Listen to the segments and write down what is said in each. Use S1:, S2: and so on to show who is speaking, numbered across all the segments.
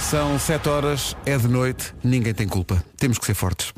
S1: São 7 horas, é de noite, ninguém tem culpa. Temos que ser fortes.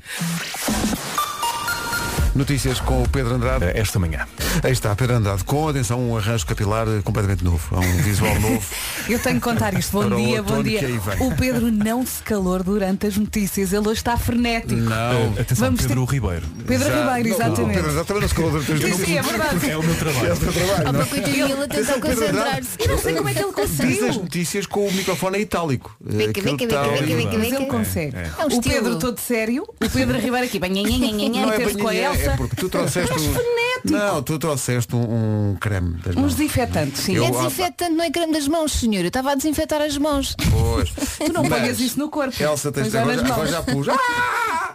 S1: Notícias com o Pedro
S2: eh,
S1: Andrade.
S3: Esta manhã.
S1: Aí está, Pedro Andrade, com atenção, um arranjo capilar eh, completamente novo. Há um visual novo.
S4: Eu tenho que contar isto. Bom
S1: Para o
S4: dia, bom
S1: outono
S4: dia.
S1: que aí vem.
S4: O Pedro não se calor durante as notícias. Ele hoje está frenético.
S2: Eh,
S1: Não.
S3: Atenção,
S4: Vamos
S3: Pedro Ribeiro.
S4: Pedro
S1: Já- Não,
S4: Ribeiro,
S1: O
S4: exatamente.
S1: Pedro Andrade também não se calou durante as
S4: Sim, sim, é
S1: notícias.
S4: verdade.
S3: É o meu trabalho.
S1: Trabalho, não é?
S5: Opa, coitadinho, ele tentou
S1: Pedro
S5: concentrar-se.
S4: Eu não sei como é que ele
S1: Diz as
S4: conseguiu.
S1: notícias com o microfone em itálico. Eh,
S5: Vem cá,
S1: aquele
S5: vem cá, vem
S1: tal-
S5: cá, vem cá, vem cá,
S4: Mas
S5: vem cá.
S4: ele consegue.
S3: É,
S5: é. É um
S4: O Pedro
S5: estilo.
S4: todo sério, o Pedro Ribeiro aqui,
S1: Não
S4: banhanhanhanhanha,
S1: é
S4: ter com a
S1: banhinha,
S4: Elsa.
S1: é porque tu trouxeste um... Não, tu trouxeste um, um creme das mãos.
S4: Uns desinfetantes, sim.
S1: Eu-
S5: É desinfetante, não é creme das mãos, senhor. Eu estava a desinfetar as mãos.
S1: Pois.
S4: Tu não
S1: Mas,
S4: ponhas isso no corpo.
S1: Elsa
S4: Mas
S1: Teixeira,
S4: é
S1: agora,
S4: nas
S1: agora
S4: mãos.
S1: já pus. Ah!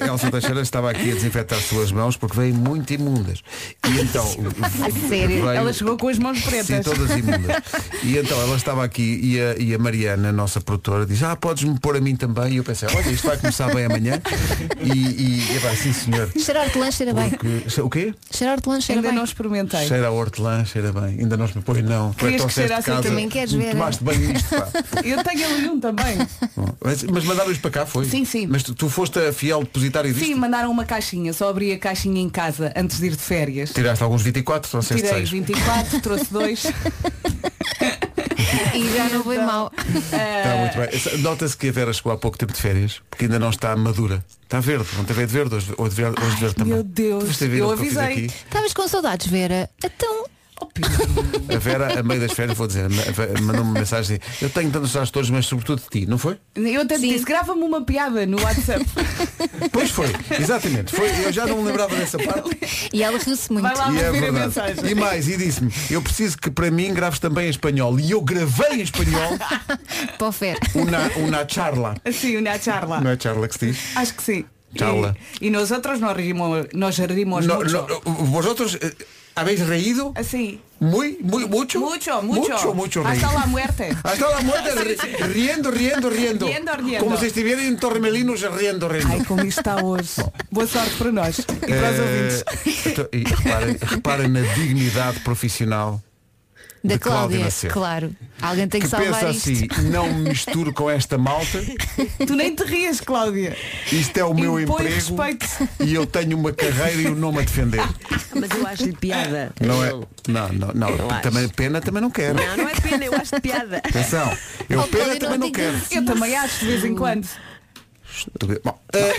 S1: Eh, Elsa Teixeira estava aqui a desinfetar as suas mãos porque vêm muito imundas. E então.
S4: Sério,
S1: veio-
S4: Ela chegou com as mãos
S1: Sim,
S4: pretas.
S1: todas imundas. E então ela estava aqui e a, e a Mariana, a nossa produtora, diz, ah, podes-me pôr a mim também. E eu pensei, olha, isto vai começar bem amanhã. E, e, e vai, sim senhor.
S5: Cheira hortelã, cheira bem.
S1: Porque, o quê?
S5: Cheira hortelã, cheira
S4: Ainda
S5: bem.
S4: não experimentei.
S1: Cheira a hortelã, cheira bem. Ainda não me põe não. Tu é
S4: Querias
S1: tão certo
S4: que
S1: de
S4: cheirasse assim
S1: casa.
S5: também, queres ver?
S1: Tomaste banho nisto, pá.
S4: Eu tenho ali um também.
S1: Bom, Mas, mas mandaram-nos para cá, foi?
S4: Sim, sim.
S1: Mas tu, tu foste a fiel depositária disto?
S4: Sim, mandaram uma caixinha, só abri a caixinha em casa antes de ir de férias.
S1: Tiraste alguns 24, só disseste
S4: Tirei
S1: 6.
S4: 24, trouxe dois.
S5: E já
S4: então.
S5: não foi mal.
S4: Ah,
S1: Está muito bem. Essa- Nota-se que a Vera chegou há pouco tempo de férias, porque ainda não está madura. Está verde, não teve de verde hoje, ou de verde, hoje de verde também.
S4: meu Deus,
S1: Viste a ver
S4: eu
S1: o que fiz
S4: avisei.
S1: aqui?
S5: Estavas com saudades, Vera? Então,
S4: Oh, Pedro,
S1: A Vera, a meio das férias, vou dizer, a Vera mandou-me uma mensagem assim, eu tenho tantos aos todos, mas sobretudo de ti, não foi?
S4: eu até te
S5: Sim.
S4: disse, grava-me uma piada no WhatsApp.
S1: Pois foi, exatamente. Foi, eu já não me lembrava dessa parte.
S5: e ela riu-se muito.
S4: Vai lá
S1: E é
S4: ouvir a
S1: verdade.
S4: mensagem.
S1: E mais, e disse-me, eu preciso que para mim graves também em espanhol. E eu gravei em espanhol
S5: Para o Fer.
S1: uma, uma charla.
S4: Sim, Assim, na charla.
S1: Não é charla que se diz?
S4: Acho que sim.
S1: Charla.
S4: E, e nós outros nós rimos, nós rimos
S1: No,
S4: muito.
S1: no, vosotros eh, habéis reído
S4: Assim.
S1: muy, muy, mucho.
S4: Mucho, mucho.
S1: Mucho, mucho reído.
S4: Hasta la muerte.
S1: Hasta la muerte, ri- riendo, riendo, riendo.
S4: Riendo, riendo.
S1: Como se estivessem em Torremelinos riendo, riendo.
S4: Ai, como isto está hoje. Boa sorte para nós e para os ouvintes.
S1: Eh, então, e reparem, reparem na dignidade profissional
S5: Da
S1: De Cláudia
S5: Cláudia,
S1: Macedo.
S5: claro. Alguém tem que,
S1: que
S5: salvar
S1: pensa
S5: isto.
S1: assim, não me misturo com esta malta,
S4: Tu nem te rias, Cláudia.
S1: isto é o meu
S4: Impõe
S1: emprego
S4: respeito.
S1: e eu tenho uma carreira e o nome a defender.
S6: Mas eu acho-lhe piada.
S1: Não é? Não, não,
S6: Eu
S1: não.
S6: acho.
S1: Também, pena também não quero.
S6: Não, não é pena, eu acho-lhe piada.
S1: Atenção, eu
S5: Oh,
S1: pena
S5: Cláudia,
S1: também
S5: não
S1: não
S5: digas
S1: quero.
S4: Eu também acho de vez em quando.
S1: Bom, eh,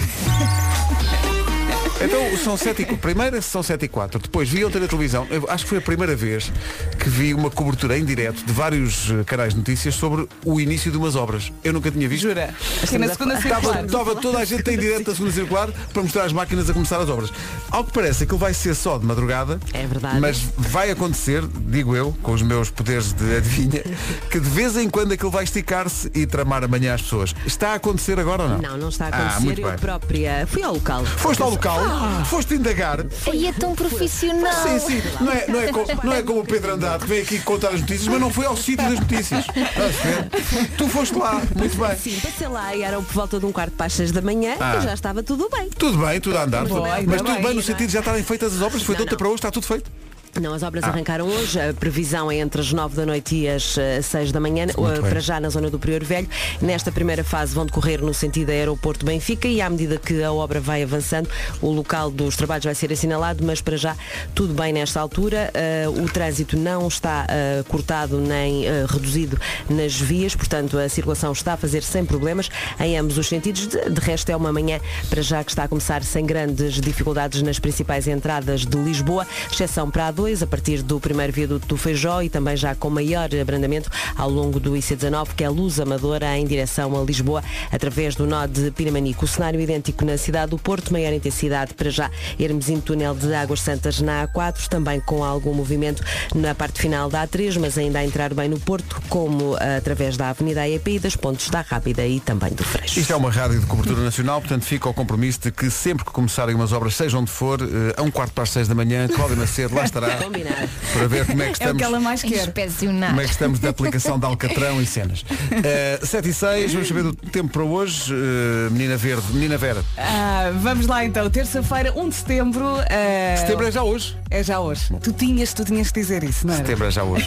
S1: então são 7 e qu- primeira são 7 e 4. Depois vi ontem na televisão, eu acho que foi a primeira vez que vi uma cobertura em direto de vários eh, canais de notícias sobre o início de umas obras. Eu nunca tinha visto.
S4: Jura? Que na segunda
S1: Estava,
S4: circular.
S1: estava toda a gente em direto da segunda circular para mostrar as máquinas a começar as obras. Ao que parece, aquilo vai ser só de madrugada.
S6: É verdade.
S1: Mas vai acontecer, digo eu, com os meus poderes de adivinha, que de vez em quando aquilo vai esticar-se e tramar amanhã às pessoas. Está a acontecer agora ou não?
S6: Não, não está a
S1: Ah, muito
S6: acontecer.
S1: bem.
S6: eu própria fui ao local.
S1: Foste ao local,
S6: Ah.
S1: foste indagar.
S5: Aí é tão profissional.
S1: Sim, sim, não é, não, é co- não é como o Pedro Andrade que veio aqui contar as notícias, mas não foi ao sítio das notícias. Estás a ver? Tu foste lá, muito bem.
S6: Sim, assim, passei lá e eram por volta de um quarto para as seis da manhã
S1: Ah.
S6: e já estava tudo bem.
S1: Tudo bem, tudo a andar, tudo
S4: bem,
S1: mas
S4: tudo
S1: tudo
S4: bem,
S1: bem no
S4: não é?
S1: sentido de já estarem feitas as obras, foi de
S6: Não,
S1: outra
S6: não.
S1: para hoje, está tudo feito.
S6: Não, as obras arrancaram hoje. A previsão é entre as 9 da noite e as 6 da manhã, eh,
S1: bem.
S6: para já na zona do Prior Velho. Nesta primeira fase vão decorrer no sentido aeroporto Benfica e à medida que a obra vai avançando, o local dos trabalhos vai ser assinalado, mas para já tudo bem nesta altura. Eh, o trânsito não está eh, cortado nem eh, reduzido nas vias, portanto a circulação está a fazer sem problemas em ambos os sentidos. De, de resto é uma manhã para já que está a começar sem grandes dificuldades nas principais entradas de Lisboa, exceção para a A2, a partir do primeiro viaduto do Feijó e também já com maior abrandamento ao longo do IC19, que é a luz amadora em direção a Lisboa, através do nó de Piramanico. O cenário idêntico na cidade do Porto, maior intensidade para já Hermesinho Túnel de Águas Santas na A4, também com algum movimento na parte final da A3, mas ainda a entrar bem no Porto, como ah, através da Avenida AEP e das pontes da Rábida e também do Freixo.
S1: Isto é uma rádio de cobertura nacional, portanto fica ao compromisso de que sempre que começarem umas obras, seja onde for, eh, a um quarto para as seis da manhã, Cláudia Macedo lá estará lá
S6: Combinado.
S1: para ver como é que
S4: É o
S1: estamos.
S4: que ela mais quer.
S5: Inspecionar.
S1: Como é que estamos da aplicação de Alcatrão e cenas? Uh, 7 e 6, vamos saber do tempo para hoje. Uh, menina Verde, Menina Vera.
S4: Ah, vamos lá então, terça-feira, 1 de setembro. ah,
S1: Setembro é já hoje.
S4: É já hoje. Tu tinhas, tu tinhas que dizer isso, não era?
S1: Setembro é já hoje.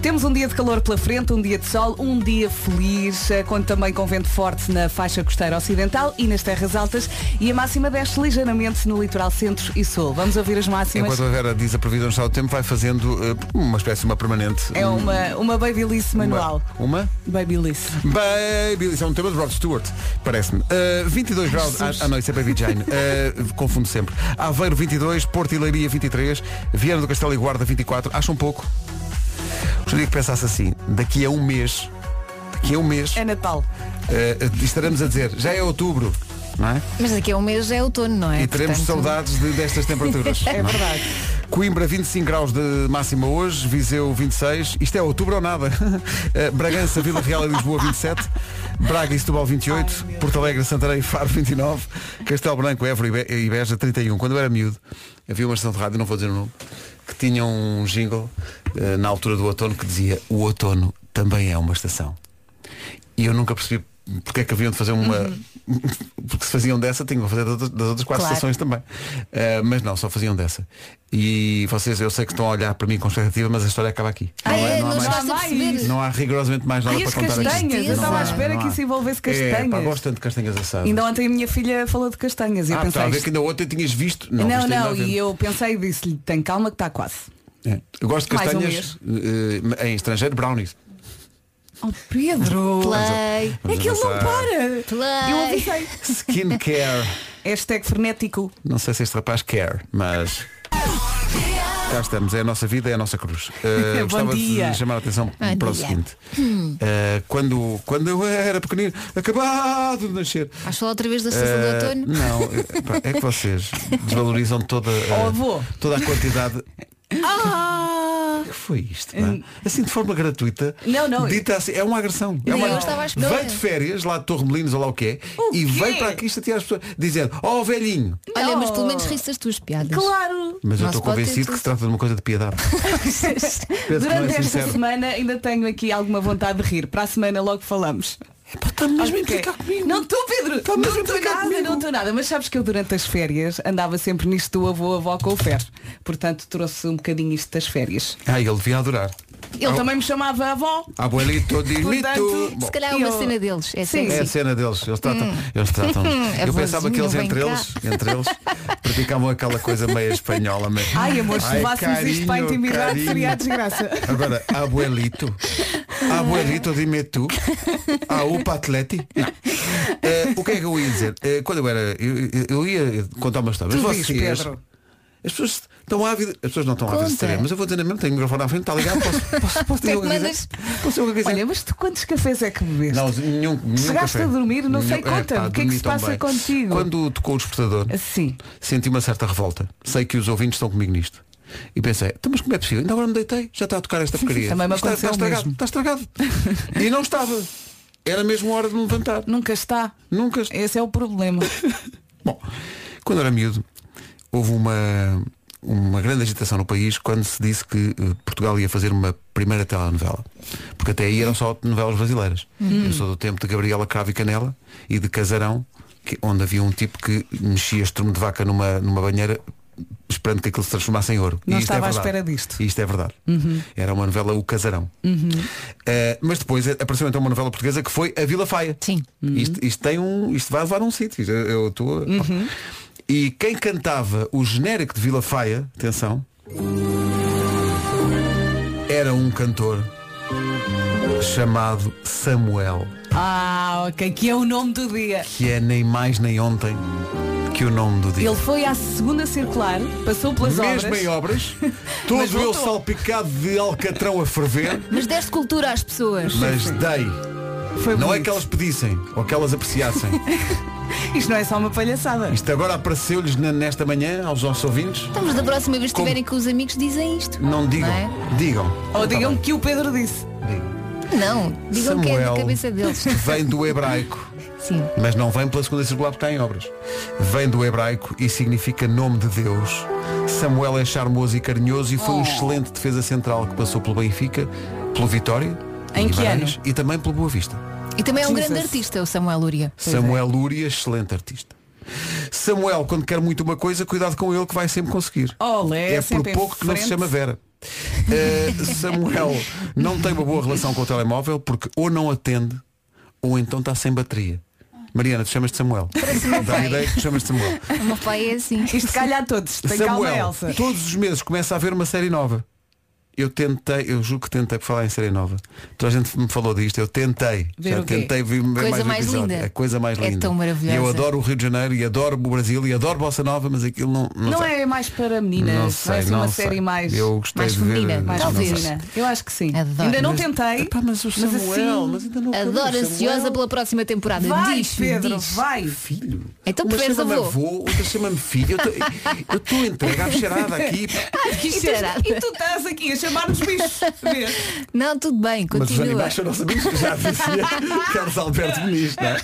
S4: Temos um dia de calor pela frente, um dia de sol, um dia feliz, eh, conto também com vento forte na faixa costeira ocidental e nas terras altas e a máxima desce ligeiramente no litoral centro e sul. Vamos ouvir as máximas.
S1: Enquanto a Vera diz a previsão do estado do tempo, vai fazendo uh, uma espécie de uma permanente.
S4: É um uma, uma babyliss manual.
S1: Uma?
S4: Babyliss.
S1: Baby, isso é um tema de Rod Stewart, parece-me. Uh, 22 graus, ah, ah, não, isso é Baby Jane, Uh, confundo sempre. Aveiro 22, Porto e Leiria 23, Viana do Castelo e Guarda 24, acho um pouco. Gostaria que pensasse assim, daqui a um mês, daqui a um mês,
S4: É Natal.
S1: uh, estaremos a dizer, já é outubro, não é?
S5: Mas daqui a um mês é outono, não é?
S1: E teremos
S5: Portanto,
S1: saudades de- destas temperaturas.
S4: É
S1: não
S4: verdade.
S1: Coimbra 25 graus de máxima hoje, Viseu 26, isto é outubro ou nada. Eh, Bragança, Vila Real e Lisboa 27, Braga e Setúbal 28, Porto Alegre, Santarém e Faro 29, Castelo Branco, Évora e Be- e Beja 31. Quando eu era miúdo, havia uma estação de rádio, não vou dizer o nome, que tinha um jingle eh, na altura do outono que dizia o outono também é uma estação. E eu nunca percebi porque é que haviam de fazer uma.
S4: Uhum.
S1: Porque se faziam dessa, tinham de fazer das outras- das outras quatro
S5: Claro.
S1: estações também. Eh, mas não, só faziam dessa. E vocês, eu sei que estão a olhar para mim com expectativa, mas a história acaba aqui.
S5: Ah, é,
S1: não,
S5: não
S1: há
S5: nos
S1: mais-
S5: basta
S4: Não há mais.
S5: perceber.
S1: não há rigorosamente mais nada
S4: Ai,
S1: para
S4: as
S1: contar aqui.
S4: castanhas, eu
S1: Não
S4: estava
S1: há,
S4: à espera
S1: não
S4: que
S1: há.
S4: isso envolvesse
S1: É, pá,
S4: castanhas.
S1: gosto tanto de castanhas assadas.
S4: Ainda ontem a minha filha falou de castanhas e eu
S1: ah,
S4: pensei.
S1: estava a ver
S4: isto-
S1: que ainda ontem tinhas visto. Não,
S4: Não,
S1: isto é
S4: não,
S1: tem nada a ver.
S4: e eu pensei e disse-lhe, tem calma que está quase.
S1: É. Eu gosto de
S4: Mais um
S1: castanhas eh, em estrangeiro, brownies.
S4: Oh Pedro!
S5: Play.
S1: Vamos
S4: Aquilo não
S1: avançar.
S4: para!
S5: Play.
S4: Eu avisei.
S1: Skin care.
S4: Hashtag frenético.
S1: Não sei se este rapaz quer, mas. Cá estamos, é a nossa vida, é a nossa cruz. Uh,
S4: Bom
S1: gostava
S4: dia.
S1: de chamar a atenção
S5: Bom
S1: para o
S5: dia. Hum.
S1: seguinte. Uh, quando, quando eu era pequenino, acabado de nascer.
S5: Vais falar outra vez da estação Ah, do
S1: uh,
S5: outono?
S1: não, eh, pá, é que vocês desvalorizam toda,
S4: Oh,
S1: a-
S4: avô.
S1: toda a quantidade. É
S4: Ah!
S1: que foi isto? pá?
S5: Hum.
S1: Assim de forma gratuita.
S4: Não, não.
S1: Dita assim, é uma agressão. É
S5: Não,
S1: uma...
S5: eu estava à espera.
S1: Vai de férias, lá de Torre Melinos ou lá o que é,
S4: O
S1: e
S4: quê?
S1: vem para aqui chatear as pessoas, dizendo, ó velhinho,
S5: Olha, mas pelo menos riste das tuas piadas.
S4: Claro!
S1: Mas eu
S5: Não
S1: estou
S5: se pode ter
S1: convencido que
S5: tudo.
S1: se trata de uma coisa de piedade. Penso que não é
S4: Durante esta
S1: sincero.
S4: semana ainda tenho aqui alguma vontade de rir. Para a semana logo falamos.
S1: Está tá mesmo a implicar
S4: Ok.
S1: comigo.
S4: Não estou, Pedro!
S1: Está mesmo a
S4: não estou
S1: implicar
S4: nada,
S1: comigo.
S4: não estou nada. Mas sabes que eu durante as férias andava sempre nisto do avô, avó com o ferro. Portanto, trouxe um bocadinho isto das férias.
S1: Ah, ele devia adorar.
S4: Ele
S1: Ah,
S4: também me chamava avó.
S1: Abuelito,
S4: Portanto,
S1: dimito. Bom,
S5: Se calhar é uma
S4: Eu-
S5: cena deles. É
S4: Sim. Hum.
S1: É a
S5: sexy.
S1: cena deles, eles tratam, eles tratam Eu
S5: avôzinho,
S1: pensava que eles
S5: vem
S1: entre
S5: cá.
S1: eles, entre eles, praticavam aquela coisa meio espanhola, meio.
S4: Ai, amor, se levássemos isto para a
S1: carinho,
S4: intimidade
S1: carinho.
S4: seria a desgraça.
S1: Agora, abuelito. Abuelito, dime tu. A upa atleti. Não. Eh, o que é que eu ia dizer? Eh, quando eu era. Eu, eu ia contar uma história.
S4: Tu
S1: mas
S4: diz,
S1: vocês-
S4: Pedro.
S1: As pessoas estão ávidas. As pessoas não estão
S5: Conta.
S1: ávidas de saber, mas eu vou dizer na mesma, tenho o microfone à frente, está ligado, posso, posso, posso dizer
S5: é
S1: o que
S5: que
S1: quiser.
S5: mandas?
S1: Posso dizer o que quiser.
S4: Olha, mas tu quantos cafés é que bebeste?
S1: Não, nenhum, nenhum
S4: Chegaste
S1: café.
S4: a dormir? Não sei,
S1: Nenhum- é,
S4: conta-me,
S1: pá,
S4: o que é que
S1: dormi
S4: se
S1: tão
S4: passa
S1: bem.
S4: contigo?
S1: Quando tocou o despertador,
S4: Assim.
S1: senti uma certa revolta. Sei que os ouvintes estão comigo nisto. E pensei, "Então, mas como é possível? Ainda agora me deitei, já está a tocar esta porcaria.
S4: Também me
S1: está, está
S4: aconteceu
S1: estragado, está estragado. e não estava. Era mesmo hora de me levantar.
S4: Nunca está.
S1: Nunca. est-
S4: Esse é o problema.
S1: Bom, quando era miúdo, houve uma, uma grande agitação no país quando se disse que eh, Portugal ia fazer uma primeira telenovela. Porque até aí eram só novelas brasileiras.
S4: Uhum.
S1: Eu sou do tempo de Gabriela Cravo e Canela e de Casarão, que- onde havia um tipo que mexia estrume de vaca numa, numa banheira esperando que aquilo se transformasse em ouro.
S4: Não
S1: E isto é
S4: estava à
S1: verdade.
S4: espera disto. Uhum.
S1: E isto é verdade. Era uma novela O Casarão. Eh, mas depois apareceu então uma novela portuguesa que foi A Vila Faia.
S5: Sim.
S4: Uhum.
S1: Isto, isto tem um, isto vai levar a um sítio. Eu- Eu estou.
S4: Uhum.
S1: E quem cantava o genérico de Vila Faia, atenção, era um cantor chamado Samuel,
S4: Ah, ok, que é o nome do dia.
S1: que é nem mais nem ontem que o nome do dia.
S4: Ele foi à segunda circular, passou pelas
S1: Mesmo
S4: obras.
S1: em obras,
S4: Mas
S1: todo
S4: voltou.
S1: ele salpicado de alcatrão a ferver,
S5: Mas deste cultura às pessoas.
S1: mas dei.
S4: Foi
S1: Não é
S4: bonito.
S1: que elas pedissem ou que elas apreciassem.
S4: Isto não é só uma palhaçada.
S1: Isto agora apareceu-lhes na- nesta manhã aos nossos ouvintes.
S5: Estamos da próxima vez que
S1: Como?
S5: estiverem com os amigos dizem isto.
S1: Não digam.
S5: é?
S1: Digam.
S4: Ou
S1: Tá
S4: digam
S1: bem.
S4: que o Pedro disse.
S1: Digam.
S5: Não, digam que é
S1: Samuel.
S5: da cabeça deles.
S1: Vem do hebraico.
S5: Sim.
S1: Mas não vem pela segunda circular porque está em obras. Vem do hebraico e significa nome de Deus. Samuel é charmoso e carinhoso e foi um
S4: Oh.
S1: excelente defesa central que passou pelo Benfica, pelo Vitória
S4: Em que
S1: Guimarães, e também pelo Boa Vista.
S5: E também é um
S4: Jesus.
S5: grande artista, o Samuel Luria.
S4: é.
S1: Samuel Lúria, excelente artista. Samuel, quando quer muito uma coisa, cuidado com ele que vai sempre conseguir.
S4: Olé,
S1: é por
S4: sempre em
S1: pouco que não se
S4: frente.
S1: chama Vera. Uh, Samuel não tem uma boa relação com o telemóvel porque ou não atende ou então está sem bateria. Mariana, tu chamas de Samuel.
S5: meu
S1: Dá a
S5: pai.
S1: ideia que te chamas de Samuel.
S5: O meu pai é assim.
S4: Isto calha a todos. Tem calma,
S1: Samuel,
S4: Elsa.
S1: todos os meses começa a haver uma série nova. Eu tentei, eu juro que tentei por falar em série nova. Toda a gente me falou disto, eu tentei.
S4: Ver
S1: já
S4: o quê?
S1: tentei ver
S5: Coisa
S1: mais, um
S5: mais
S1: episódio.
S5: linda.
S1: A coisa mais
S5: É
S1: linda.
S5: tão maravilhosa.
S1: E Eu adoro o Rio de Janeiro e adoro o Brasil e adoro Bossa Nova, mas aquilo não Não,
S4: Não
S1: sei.
S4: é mais para meninas,
S1: Não
S4: não
S1: sei,
S4: é assim uma
S1: não sei.
S4: série mais,
S1: Eu gostei
S5: mais
S1: de ver,
S5: feminina,
S1: não
S4: mais
S1: sei.
S4: feminina. Eu acho que sim.
S5: Adoro.
S4: Ainda não
S1: Mas-
S4: tentei.
S1: Epá, mas o Samuel,
S4: assim-
S1: mas ainda não acabou,
S5: Adoro
S1: Samuel.
S5: ansiosa pela próxima temporada.
S4: Vai,
S5: diz,
S4: Pedro,
S5: diz.
S4: vai.
S1: Filho.
S5: Então
S1: Uma
S5: preferes
S1: chama-me
S5: avô?
S1: avô, outra chama-me filho. Eu estou entregue à cheirada aqui.
S5: Que
S4: E tu,
S5: cheirada.
S4: e tu estás aqui a chamar-nos bichos. Vês?
S5: Não, tudo bem,
S1: Mas os
S5: continua.
S1: animais são nossos amigos, já dizia Carlos Alberto Muniz, não é?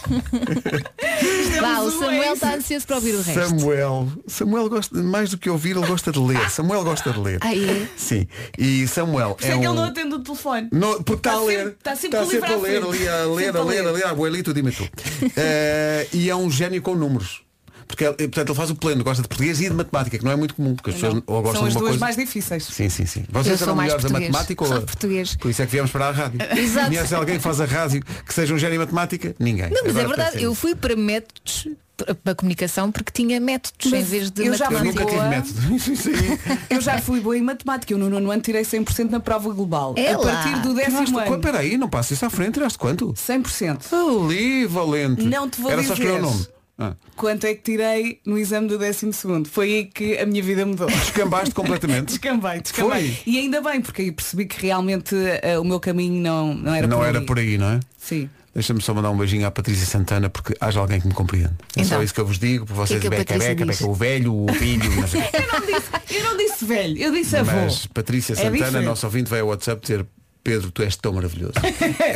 S5: Vá, o
S4: Temos um
S5: Samuel
S4: ex.
S5: está ansioso para ouvir o resto.
S1: Samuel. Samuel gosta, mais do que ouvir, ele gosta de ler. Samuel gosta de ler.
S5: Ah, é?
S1: Sim. E Samuel
S4: Sei
S1: é
S4: que
S1: um...
S4: ele não atende o telefone.
S1: Não, porque está
S4: Tá
S1: a
S4: sempre-
S1: ler.
S4: tá sempre com o
S1: é- sempre a
S4: livro à
S1: ler,
S4: frente.
S1: ali, ah, a ler,
S4: Sempre
S1: a
S4: a
S1: ler,
S4: ler.
S1: a ler, abuelito, dime tu. Eh, e é um gênio com números. Porque, ele- portanto, ele faz o pleno, gosta de português e de matemática, que não é muito comum, porque as pessoas
S4: Não.
S1: ou gostam
S4: São
S1: de
S4: as
S1: uma
S4: duas
S1: coisa.
S4: mais difíceis.
S1: Sim, sim, sim.
S5: Eu
S1: Vocês
S5: sou
S1: eram
S5: mais
S1: melhores a
S5: português.
S1: matemática ou a...
S5: Sou português.
S1: Por isso é que viemos para a rádio.
S5: Exato.
S1: Conhece alguém que faz a rádio que seja um gênio em matemática? Ninguém.
S5: Não, mas é
S1: Agora
S5: verdade,
S1: pensei.
S5: eu fui para métodos, para- para comunicação, porque tinha métodos
S4: Mas
S5: em vez de
S4: eu já
S1: Eu
S4: fui
S1: nunca
S5: matemática.
S1: tive
S4: boa.
S1: método. Isso, isso aí.
S4: Eu já fui boa em matemática. Eu no nono ano tirei 100% na prova global.
S5: É
S4: a
S5: lá.
S4: partir do
S1: Tiraste
S4: décimo
S1: quanto? é-
S4: ano.
S1: Espera aí, não passa isso à frente, tiraste quanto?
S4: 100%.
S1: Ali, valente.
S4: Não te vou
S1: Era só
S4: dizer.
S1: escrever o nome. Ah.
S4: Quanto é que tirei no exame do décimo segundo? Foi aí que a minha vida mudou.
S1: Descambaste completamente.
S4: Descambei, descambei.
S1: Foi?
S4: E ainda bem, porque aí percebi que realmente eh, o meu caminho não, não era
S1: não
S4: por
S1: era
S4: ali.
S1: por aí, não é?
S4: Sim.
S1: Deixa-me só mandar um beijinho à Patrícia Santana porque haja alguém que me compreende. É só
S5: Então.
S1: isso que eu vos digo, por vocês
S5: que a
S1: beca,
S5: Patrícia
S1: beca,
S5: diz?
S1: beca, o velho, o filho, não sei o quê.
S4: Eu não disse, eu não disse velho, eu disse avô.
S1: Mas Patrícia
S4: É
S1: Santana,
S4: diferente.
S1: nosso ouvinte, veio ao WhatsApp dizer Pedro, tu és tão maravilhoso.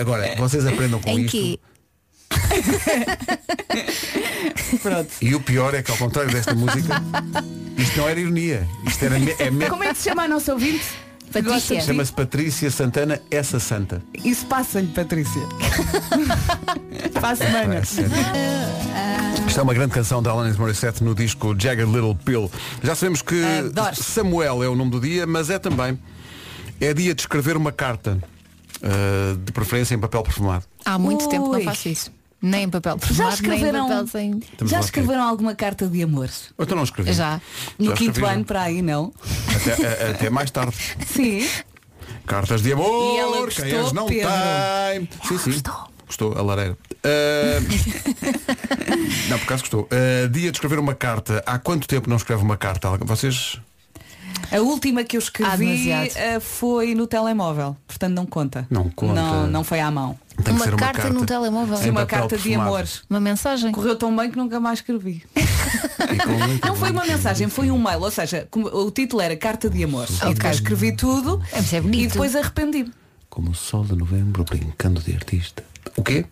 S1: Agora, vocês aprendam com
S5: Em
S1: isto.
S5: que?
S4: Pronto.
S1: E o pior é que ao contrário desta música, isto não era ironia. Isto era me- é me-
S4: Como é que se chama a nossa ouvinte? Que gosta de ti?
S1: Chama-se Patrícia Santana, essa santa.
S4: Isso passa-lhe, Patrícia. Para a semana.
S1: Isto é uma grande canção da Alanis Morissette no disco Jagged Little Pill. Já sabemos que
S4: Adoro.
S1: Samuel é o nome do dia, mas é também é dia de escrever uma carta, uh, de preferência em papel perfumado.
S5: Há muito tempo que
S4: Ui.
S5: não faço isso. Nem em papel
S4: Já
S5: perfumado, nem em
S4: escreveram, um.
S5: papel sem.
S1: lá
S4: já
S1: a
S4: escreveram alguma carta de amor?
S1: Ou então não escrevi.
S5: Já.
S4: No
S1: Já
S4: quinto
S1: escrevi,
S4: ano, para aí, não?
S1: Até, a- até mais tarde.
S4: Sim.
S1: Cartas de amor,
S4: E ela gostou,
S1: quem as não
S4: Pedro?
S1: tem. Sim, sim. Gostou. a lareira. Ah, não, por acaso gostou. Ah, dia de escrever uma carta. Há quanto tempo não escreve uma carta? Vocês.
S4: A última que eu
S5: Há
S4: escrevi
S5: demasiado.
S4: eh, foi no telemóvel. Portanto, não conta.
S1: Não conta.
S4: Não, não foi à mão.
S1: Tem que
S5: Uma
S1: ser uma
S5: carta num telemóvel.
S1: Em
S5: Sim,
S4: uma
S1: papel
S4: carta de
S1: perfumado.
S4: amor.
S5: Uma mensagem.
S4: Correu tão bem que nunca mais escrevi.
S1: E com um muito
S4: Não foi uma
S1: bonito.
S4: mensagem, foi um mail. Ou seja, como- o título era Carta de Amor. E depois escrevi tudo
S5: É, mas é bonito.
S4: e depois arrependi-me.
S1: Como o sol de novembro brincando de artista. O quê?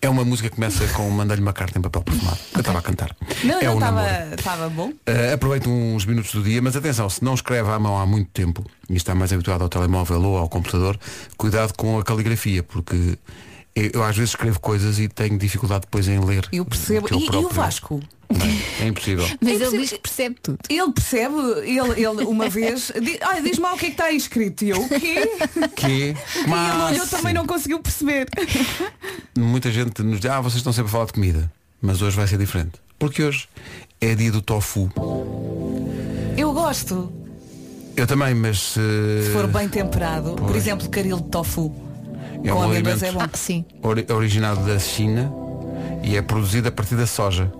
S1: É uma música que começa com mandar-lhe uma carta em papel perfumado. Eu estava a cantar.
S4: Não,
S1: é o
S4: não estava
S1: namoro.
S4: estava bom.
S1: Uh, aproveito uns minutos do dia, mas atenção, se não escreve à mão há muito tempo e está mais habituado ao telemóvel ou ao computador, cuidado com a caligrafia, porque eu, eu às vezes escrevo coisas e tenho dificuldade depois em ler.
S4: Eu
S1: É o
S4: percebo.
S1: que eu
S4: E, e o
S1: próprio-
S4: Vasco?
S1: Não, É impossível.
S5: Mas
S4: É
S5: ele
S4: possível-
S5: diz que percebe tudo.
S4: Ele percebe, ele, ele uma vez, di- "Ai, diz-me lá o que é que está aí escrito. E eu, o quê?
S1: Que
S4: Ele
S1: mas
S4: olhou também não conseguiu perceber.
S1: muita gente nos diz, ah, vocês estão sempre a falar de comida, mas hoje vai ser diferente. Porque hoje é dia do tofu.
S4: Eu gosto,
S1: Eu também, mas eh,
S4: se for bem temperado, por
S1: Pois.
S4: exemplo, caril de tofu.
S1: É
S4: com
S1: um
S4: amêndoas
S1: alimento.
S4: é bom.
S5: Ah, sim.
S1: ori- originado da China e é produzido a partir da soja.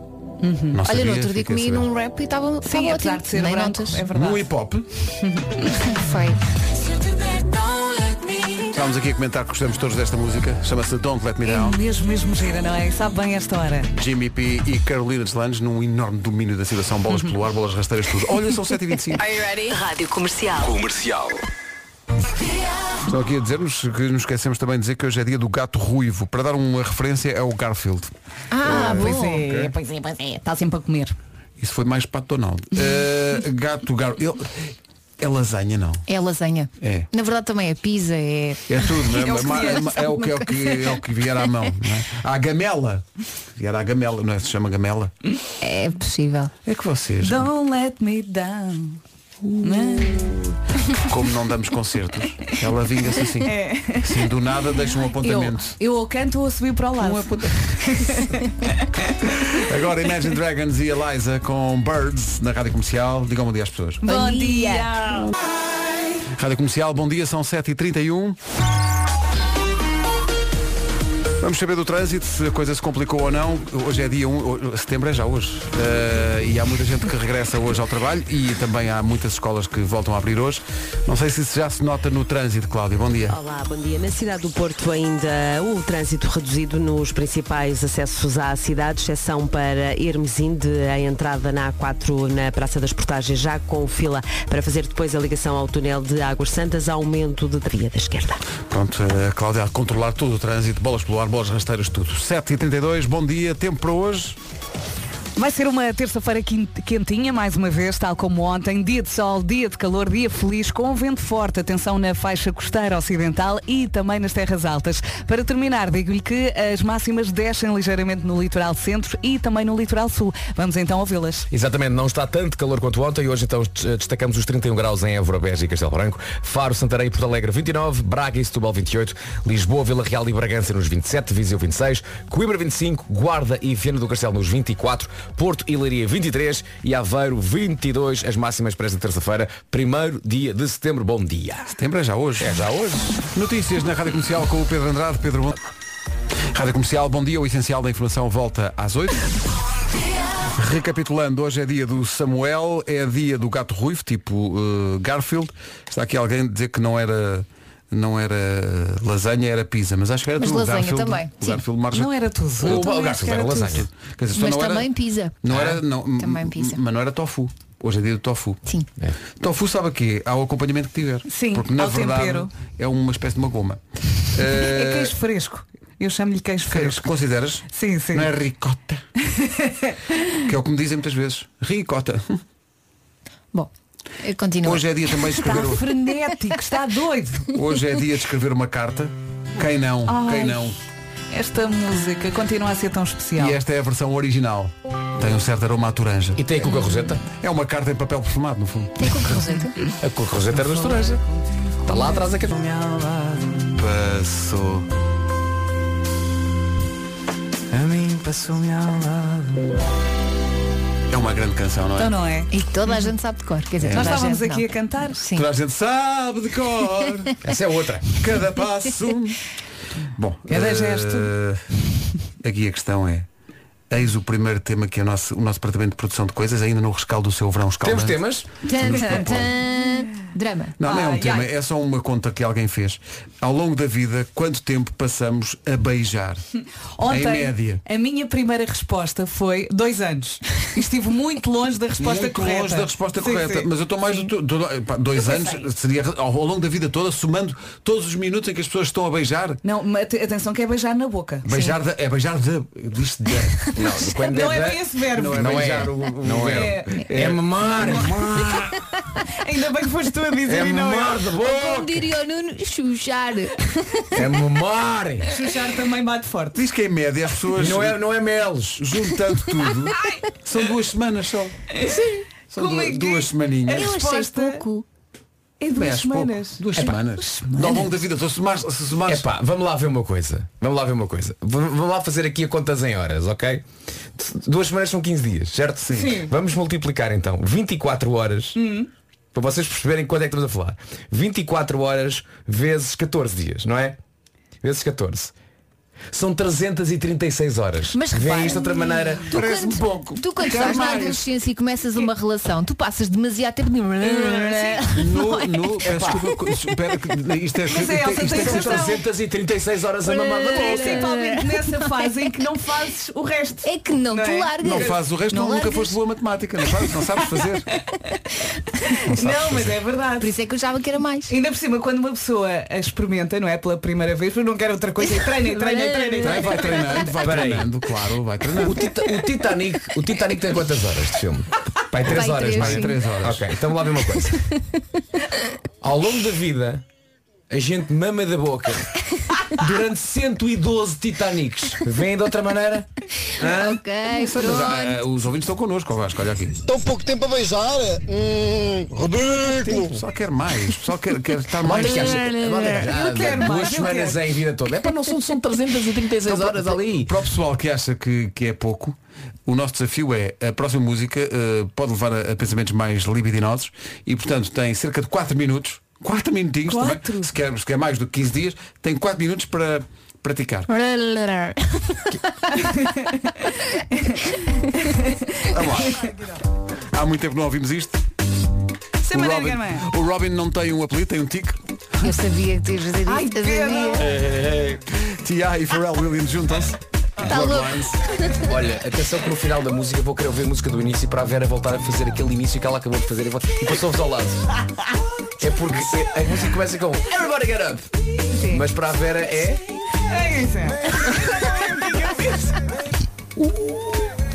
S4: Uhum.
S1: Não
S5: Olha,
S1: sabia,
S5: no outro dia
S1: fiquei a
S5: comi
S1: saber.
S5: num rap e estava
S4: Sim, apesar de ser
S5: Tá Nem
S4: branco,
S5: notas.
S4: é
S1: No
S4: verdade.
S1: hip hop,
S5: Foi.
S1: estávamos aqui a comentar que gostamos todos desta música, chama-se Don't Let Me Down,
S4: É mesmo, mesmo gira, não é? Sabe bem esta hora.
S1: Jimmy P e Carolina Deslandes num enorme domínio da situação, bolas pelo ar, bolas rasteiras, tudo. Olha, são 7h25.
S6: Rádio Comercial.
S3: Comercial.
S1: Estão aqui a dizer-nos que nos esquecemos também de dizer que hoje é dia do gato ruivo. Para dar uma referência é o Garfield.
S5: Ah, bom.
S4: Pois é, pois é, pois é. Está sempre a comer.
S1: E Isso foi mais para Donald. Eh, gato, gato. Ele- É lasanha, não.
S5: É lasanha.
S1: É.
S5: Na verdade também é pizza, é.
S1: É tudo, não é?
S4: É o que
S1: Ma-
S4: vier.
S1: ma- é o que, é o que, é o que vier à mão. Não é? Há a gamela. Vier à gamela, não é? Se chama gamela.
S5: É possível.
S1: É que vocês,
S4: Don't let me down.
S1: como não damos concertos, ela vinga-se assim. Assim, do nada deixa um
S4: Eu,
S1: apontamento.
S4: eu ou canto ou subi para o lado.
S1: Agora Imagine Dragons e Eliza com Birds na Rádio Comercial. Digam bom dia às pessoas.
S4: Bom
S5: Bom
S4: dia.
S1: Rádio Comercial, bom dia, são 7h31. Vamos saber do trânsito, se a coisa se complicou ou não. Hoje é dia 1, o- setembro é já hoje. Eh, e há muita gente que regressa hoje ao trabalho e também há muitas escolas que voltam a abrir hoje. Não sei se isso já se nota no trânsito, Cláudia. Bom dia.
S6: Olá, bom dia. Na cidade do Porto ainda o trânsito reduzido nos principais acessos à cidade, exceção para Hermesinde, a entrada na A4 na Praça das Portagens, já com fila para fazer depois a ligação ao túnel de Águas Santas, aumento de da via da esquerda.
S1: Pronto, eh, Cláudia, a controlar todo o trânsito, bolas pelo ar, bolas rasteiras, tudo. 7h32, bom dia, tempo para hoje.
S4: Vai ser uma terça-feira quin- quentinha, mais uma vez, tal como ontem. Dia de sol, dia de calor, dia feliz, com vento forte. Atenção na faixa costeira ocidental e também nas terras altas. Para terminar, digo-lhe que as máximas descem ligeiramente no litoral centro e também no litoral sul. Vamos então ouvi-las.
S3: Exatamente, não está tanto calor quanto ontem. Hoje então eh, destacamos os 31 graus em Évora, Beja e Castelo Branco, Faro, Santarém e Porto Alegre 29, Braga e Setúbal 28, Lisboa, Vila Real e Bragança nos 27, Viseu 26, Coimbra 25, Guarda e Viana do Castelo nos 24, Porto e Leiria 23 e Aveiro 22, as máximas para esta terça-feira, primeiro dia de setembro. Bom dia.
S1: Setembro é já hoje.
S3: É já hoje.
S1: Notícias na Rádio Comercial com o Pedro Andrade. Pedro, bom... Rádio Comercial, bom dia. O essencial da informação volta às 8. Recapitulando, hoje é dia do Samuel, é dia do gato ruivo, tipo eh, Garfield. Está aqui alguém a dizer que não era não era lasanha, era pizza, mas acho que era
S5: Mas
S1: tudo.
S5: lasanha
S1: Garfield,
S5: também,
S1: O
S5: sim.
S1: Garfield marge...
S4: Não era tudo. Então
S3: O-
S4: Eu
S3: o
S4: também
S3: Garfield
S4: acho que era
S3: era
S4: tudo.
S3: lasanha.
S1: Quer dizer, só
S5: Mas
S1: não era-
S5: também pizza.
S1: Não era, não, m-
S5: Ah, Também pizza.
S1: Mas não era tofu. Hoje é dia do tofu.
S5: Sim.
S3: É.
S1: Tofu sabe a quê? Ao acompanhamento que tiver.
S4: Sim,
S1: Porque na
S4: ao
S1: verdade
S4: tempero.
S1: é uma espécie de uma goma.
S4: É
S1: Eh,
S4: queijo fresco. Eu chamo-lhe queijo
S1: queijo,
S4: fresco.
S1: consideras?
S4: Sim, sim.
S1: Não é ricota. que é o que me dizem muitas vezes. Ricota.
S5: Bom, eh, continua.
S1: Hoje é dia também de escrever.
S4: Está
S1: o-
S4: frenético, está doido.
S1: Hoje é dia de escrever uma carta. Quem não? Quem
S4: Ai.
S1: não?
S4: Esta música continua a ser tão especial.
S1: E esta é a versão original. Tem um certo aroma à toranja.
S3: E tem a Cuca Roseta?
S1: É uma carta em papel perfumado, no fundo.
S5: Tem coco rosento?
S3: A Cuca Roseta era da Estoranja. Está lá atrás a que...
S1: Passou.
S7: A mim passou-me ao lado.
S1: É uma grande canção, não é?
S4: Então não é?
S5: E toda a gente sabe de cor. Quer dizer,
S4: Nós
S5: toda a
S4: estávamos
S5: gente,
S4: aqui
S5: não. É
S4: a cantar.
S5: Sim.
S1: Toda a gente sabe de cor
S3: Essa é outra.
S1: cada passo. Bom,
S4: Cada
S1: eh,
S4: gesto.
S1: Aqui a questão é, eis o primeiro tema que a nosso, o nosso departamento de produção de coisas ainda no rescaldo do seu verão
S3: Temos
S1: escaldante.
S3: temas?
S5: Tan, tan, tan. Drama.
S1: Não, não é um
S4: Ai,
S1: tema,
S4: ai.
S1: é só uma conta que alguém fez. Ao longo da vida, quanto tempo passamos a beijar?
S4: Ontem,
S1: Em média.
S4: a minha primeira resposta foi dois anos. E Estive muito longe da resposta
S1: Muito
S4: correta.
S1: longe da resposta
S4: Sim,
S1: correta.
S4: sim.
S1: Mas eu estou mais do, do- pá, dois anos, seria ao, ao longo da vida toda, somando todos os minutos em que as pessoas estão a beijar.
S4: Não, mas te- atenção que é beijar na boca.
S1: Beijar da- é beijar de. Diz-se de.
S3: Não, quando
S4: Não é
S3: da-
S4: bem esse verbo.
S1: Não é
S3: Não
S1: beijar
S3: é.
S1: o, o
S3: Não
S1: verbo.
S4: é.
S3: É mamar. é
S4: Ainda bem que foste tu a dizer
S1: É
S4: e não eu.
S3: de
S5: Como diria o Nuno, chuchar.
S3: É mamar.
S4: Chuchar também bate forte.
S1: Diz que em média as pessoas.
S3: Não é, não é melos.
S1: juntando tudo, são duas semanas só. São
S4: Como
S1: du-
S4: é que-
S1: duas semaninhas.
S5: Eu achei
S4: resposta-
S5: pouco.
S4: É
S1: Bem,
S4: duas
S1: acho pouco.
S4: semanas. É
S1: Duas semanas. Ao longo da vida, se somares, se somares
S3: Epá, vamos lá ver uma coisa. Vamos lá ver uma coisa. V- Vamos lá fazer aqui a contas em horas, ok? D- Duas semanas são 15 dias, certo? Sim. Vamos multiplicar então 24 horas. Para vocês perceberem quanto é que estamos a falar. 24 horas vezes 14 dias, não é? Vezes 14. São 336 horas.
S5: Mas
S3: Vem
S5: repara,
S3: isto de outra maneira.
S5: Tu quando,
S1: pouco.
S5: tu quando estás na adolescência e começas uma relação, tu passas demasiado tempo de...
S4: assim,
S1: no, no, peço desculpa, espera que isto é,
S4: é? Mas é, Elsa,
S1: isto é-
S4: tens
S3: São
S4: razão.
S3: 336 horas a mamar na bolsa.
S4: Principalmente nessa fase em que não fazes o resto.
S5: É que não,
S4: Não
S5: tu
S4: é?
S5: largas.
S1: não fazes o resto,
S5: Não
S1: não, nunca
S5: largas.
S1: foste boa matemática, não fazes, não sabes fazer.
S4: Não, mas é verdade.
S5: Por isso é que eu achava que era mais.
S4: Ainda por cima, quando uma pessoa a experimenta, não é? Pela primeira vez, eu não quero outra coisa e treina, e treina,
S1: Vai, vai treinando, vai
S3: Peraí.
S1: treinando, claro, vai
S3: O,
S1: treinando.
S3: Tita- o Titanic, o Titanic tem quantas horas de filme? Pai, três
S5: Vai,
S3: horas,
S5: três,
S3: não é?
S5: sim.
S1: Três horas.
S3: Ok, então lá ver uma coisa. Ao longo da vida, a gente mama da boca durante 112 Titanics. Vem de outra maneira? Hã?
S5: Ok,
S1: Mas,
S5: pronto.
S1: ah, os ouvintes estão connosco, ó Vasco, olha aqui.
S8: Tão pouco tempo a beijar? Hum,
S1: O
S8: ridículo!
S1: pessoal quer mais, o pessoal quer, quer estar mais.
S3: Olha que acha- olha,
S4: Eu quero
S3: Duas
S4: mais, eu
S3: semanas em vida toda. É para não são, são 336 horas ali.
S1: Para o pessoal que acha que, que é pouco, o nosso desafio é a próxima música eh, pode levar a, a pensamentos mais libidinosos e, portanto, tem cerca de 4 minutos, 4 minutinhos também,
S4: Quatro?
S1: se quer, se quer mais do que 15 dias, tem 4 minutos para praticar. Vamos lá. Há muito tempo que não ouvimos isto.
S4: Sem
S1: O
S5: é
S4: maneira
S1: Robin,
S4: nenhuma.
S1: o Robin não tem um apelido, tem um tique.
S5: Eu sabia que tu ias fazer isso.
S4: Ai,
S5: eu
S4: pena.
S5: sabia.
S1: T.I. e Pharrell Williams juntam-se.
S5: Tá louco.
S1: Bloodlines.
S3: Olha, atenção que no final da música vou querer ouvir a música do início para a Vera voltar a fazer aquele início que ela acabou de fazer e, vo- e passou-vos ao lado. É porque a música começa com Everybody Get Up! Mas para a Vera é.
S4: É isso. é.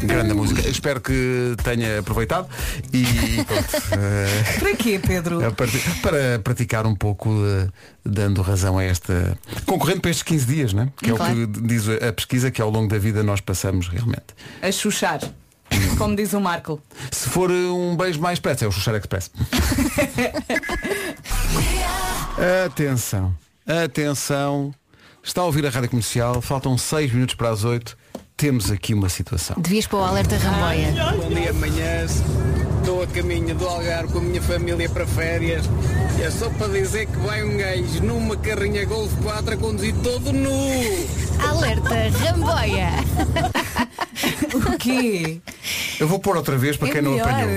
S1: Grande música. Espero que tenha aproveitado e pronto, eh,
S4: Para quê, Pedro?
S1: a partir- para praticar um pouco eh, dando razão a esta concorrente para estes 15 dias, né? Que é o
S5: Claro.
S1: que diz a pesquisa que ao longo da vida nós passamos realmente.
S4: A chuchar. Como diz o Marco.
S1: Se for eh, um beijo mais expresso, é o Xuxar Express. atenção, atenção. Está a ouvir a rádio comercial, faltam 6 minutos para as 8. Temos aqui uma situação.
S5: Devias pôr o alerta ramboia.
S9: Bom dia de manhãs, estou a caminho do Algarve com a minha família para férias. E é só para dizer que vai um gajo numa carrinha Golf 4 a conduzir todo nu.
S5: Alerta ramboia.
S4: O quê?
S1: Eu vou pôr outra vez para
S4: É
S1: quem não
S4: melhor.
S1: apanhou.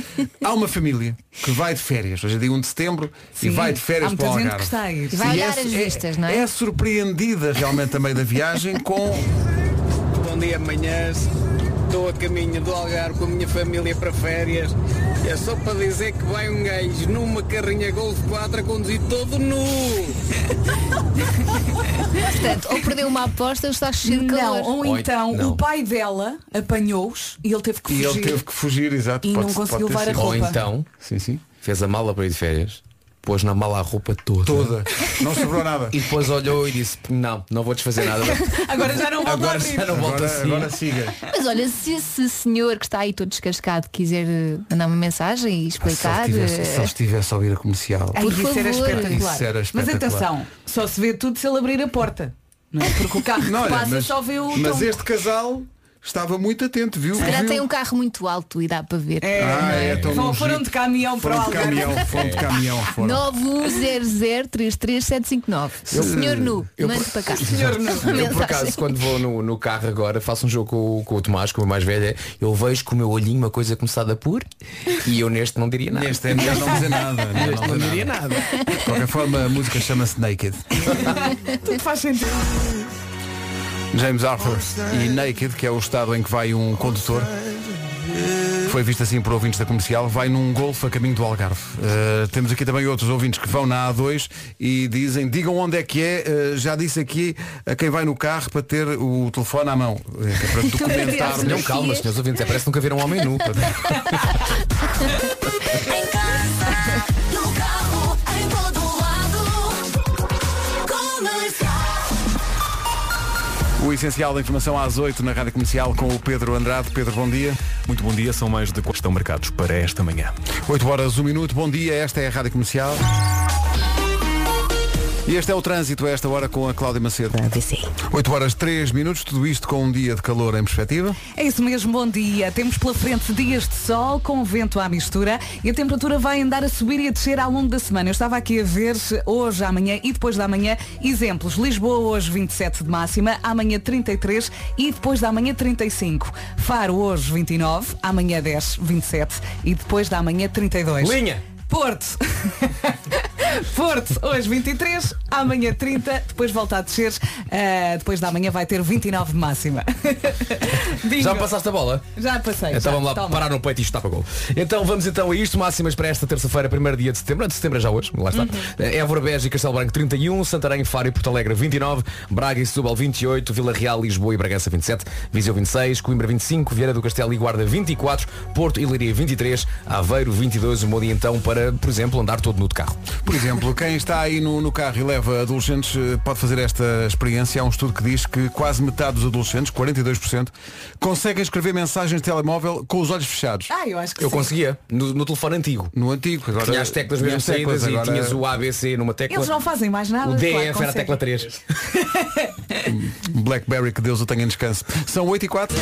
S1: Portanto, há uma família que vai de férias, hoje é dia 1 de setembro, e
S4: Sim,
S1: vai de férias
S4: há
S1: para o
S4: muita gente
S1: Algarve.
S4: que está a ir.
S5: E vai
S1: E
S5: olhar as vistas, não é?
S1: é surpreendida realmente a meio da viagem com.
S9: Bom dia de manhãs, estou a caminho do Algarve com a minha família para férias. E é só para dizer que vai um gajo numa carrinha Golf 4 a conduzir todo nu.
S5: Portanto, ou perdeu uma aposta ou está cheio de
S4: Não,
S5: calor.
S4: ou
S3: Oi,
S4: então
S3: não.
S4: o pai dela apanhou-os e ele teve que
S1: E ele
S4: fugir.
S1: teve que fugir, exato.
S4: E
S1: pode-
S4: não
S1: pode
S4: conseguiu
S1: ter
S4: levar a
S1: sido.
S3: Ou
S4: Roupa.
S3: então
S1: Sim, sim.
S3: fez a mala para ir de férias, pôs na mala a roupa toda.
S1: Toda. Não sobrou nada.
S3: E depois olhou e disse, não, não vou desfazer nada.
S4: Agora já não volta a
S3: Agora
S4: abrir.
S3: já não volta
S1: Agora,
S3: assim.
S1: agora siga.
S5: Mas olha, se esse senhor que está aí todo descascado quiser eh, mandar uma mensagem e
S1: Se ele
S5: explicar.
S1: tivesse- se ele
S5: eh,
S1: estivesse a ouvir a comercial.
S4: Ai,
S5: Por
S4: isso era
S5: favor.
S4: espetacular.
S1: Isso era
S4: Mas
S1: espetacular.
S4: atenção, só se vê tudo se ele abrir a porta. Não é? Porque o carro que
S1: Não, olha,
S4: passa
S1: mas,
S4: só vê o
S1: mas
S4: tronco.
S1: este casal estava muito atento, viu?
S5: Se calhar
S1: Viu?
S5: tem um carro muito alto e dá para ver.
S4: É,
S1: Ah, é, tão
S4: Vão-
S1: longe.
S4: foram de caminhão para o
S1: Foram de
S4: Algarve.
S1: caminhão, foram de caminhão, foram.
S5: 910033759. Senhor Nu, mande para cá.
S4: Senhor, não.
S3: Eu por acaso quando vou no, no carro agora faço um jogo com, o- com o Tomás, com o mais velho, eu vejo com o meu olhinho uma coisa começada por e eu neste não diria nada.
S1: Neste é melhor não dizer nada. melhor não dizer
S3: nada.
S1: De qualquer forma, a música chama-se Naked.
S4: Tudo faz sentido.
S1: James Arthur e Naked, que é o estado em que vai um condutor. Foi visto assim por ouvintes da comercial, vai num golfe a caminho do Algarve. Uh, temos aqui também outros ouvintes que vão na A2 e dizem, digam onde é que é, uh, já disse aqui a quem vai no carro para ter o telefone à mão. Uh, que é para documentar.
S3: Não, calma, senhores ouvintes, é, parece que nunca viram um homem nu.
S10: Em casa, no carro, em todo lado. Comercial.
S1: O essencial da informação às 8 na Rádio Comercial com o Pedro Andrade. Pedro, bom dia.
S2: Muito bom dia, são mais de quantos estão marcados para esta manhã.
S1: 8 horas, 1 minuto, bom dia, esta é a Rádio Comercial. E este é o trânsito a esta hora com a Cláudia Macedo. 8 horas 3 minutos, tudo isto com um dia de calor em perspectiva.
S4: É isso mesmo, bom dia. Temos pela frente dias de sol com vento à mistura e a temperatura vai andar a subir e a descer ao longo da semana. Eu estava aqui a ver se hoje, amanhã e depois da manhã exemplos. Lisboa hoje 27 de máxima, amanhã 33 e depois da manhã 35. Faro hoje 29, amanhã 10, 27 e depois da manhã 32.
S3: Linha!
S4: Porto. Porto, hoje 23, amanhã 30, depois volta a descer. eh, depois da manhã vai ter 29 de máxima. Bingo.
S3: Já me passaste a bola?
S4: Já passei. já.
S3: Então vamos lá
S4: Toma.
S3: parar no peito e chutar para gol. Então vamos então a isto, máximas para esta terça-feira, primeiro dia de setembro, Não, de setembro é já hoje, lá está.
S4: Uhum.
S3: Eh, Évora, Beja e Castelo Branco 31, Santarém, Faro e Porto Alegre 29, Braga e Setúbal 28, Vila Real, Lisboa e Bragança 27, Viseu 26, Coimbra 25, Vieira do Castelo e Guarda 24, Porto e Leiria 23, Aveiro 22, um bom dia então para, por exemplo, andar todo nu de carro.
S1: Por exemplo, quem está aí no, no carro e leva adolescentes eh, pode fazer esta experiência. Há um estudo que diz que quase metade dos adolescentes, 42%, conseguem escrever mensagens de telemóvel com os olhos fechados.
S4: Ah, eu acho que
S3: Eu
S4: sim.
S3: conseguia, no, no telefone antigo.
S1: No antigo. Agora,
S3: Tinha as teclas
S1: tinha
S3: mesmo
S1: as teclas,
S3: saídas e
S1: agora-
S3: tinhas o ABC numa tecla.
S4: Eles não fazem mais nada.
S3: o DF
S4: claro que
S3: era a
S4: conseguem.
S3: tecla 3.
S1: Blackberry, que Deus o tenha em descanso. São 8 e 4.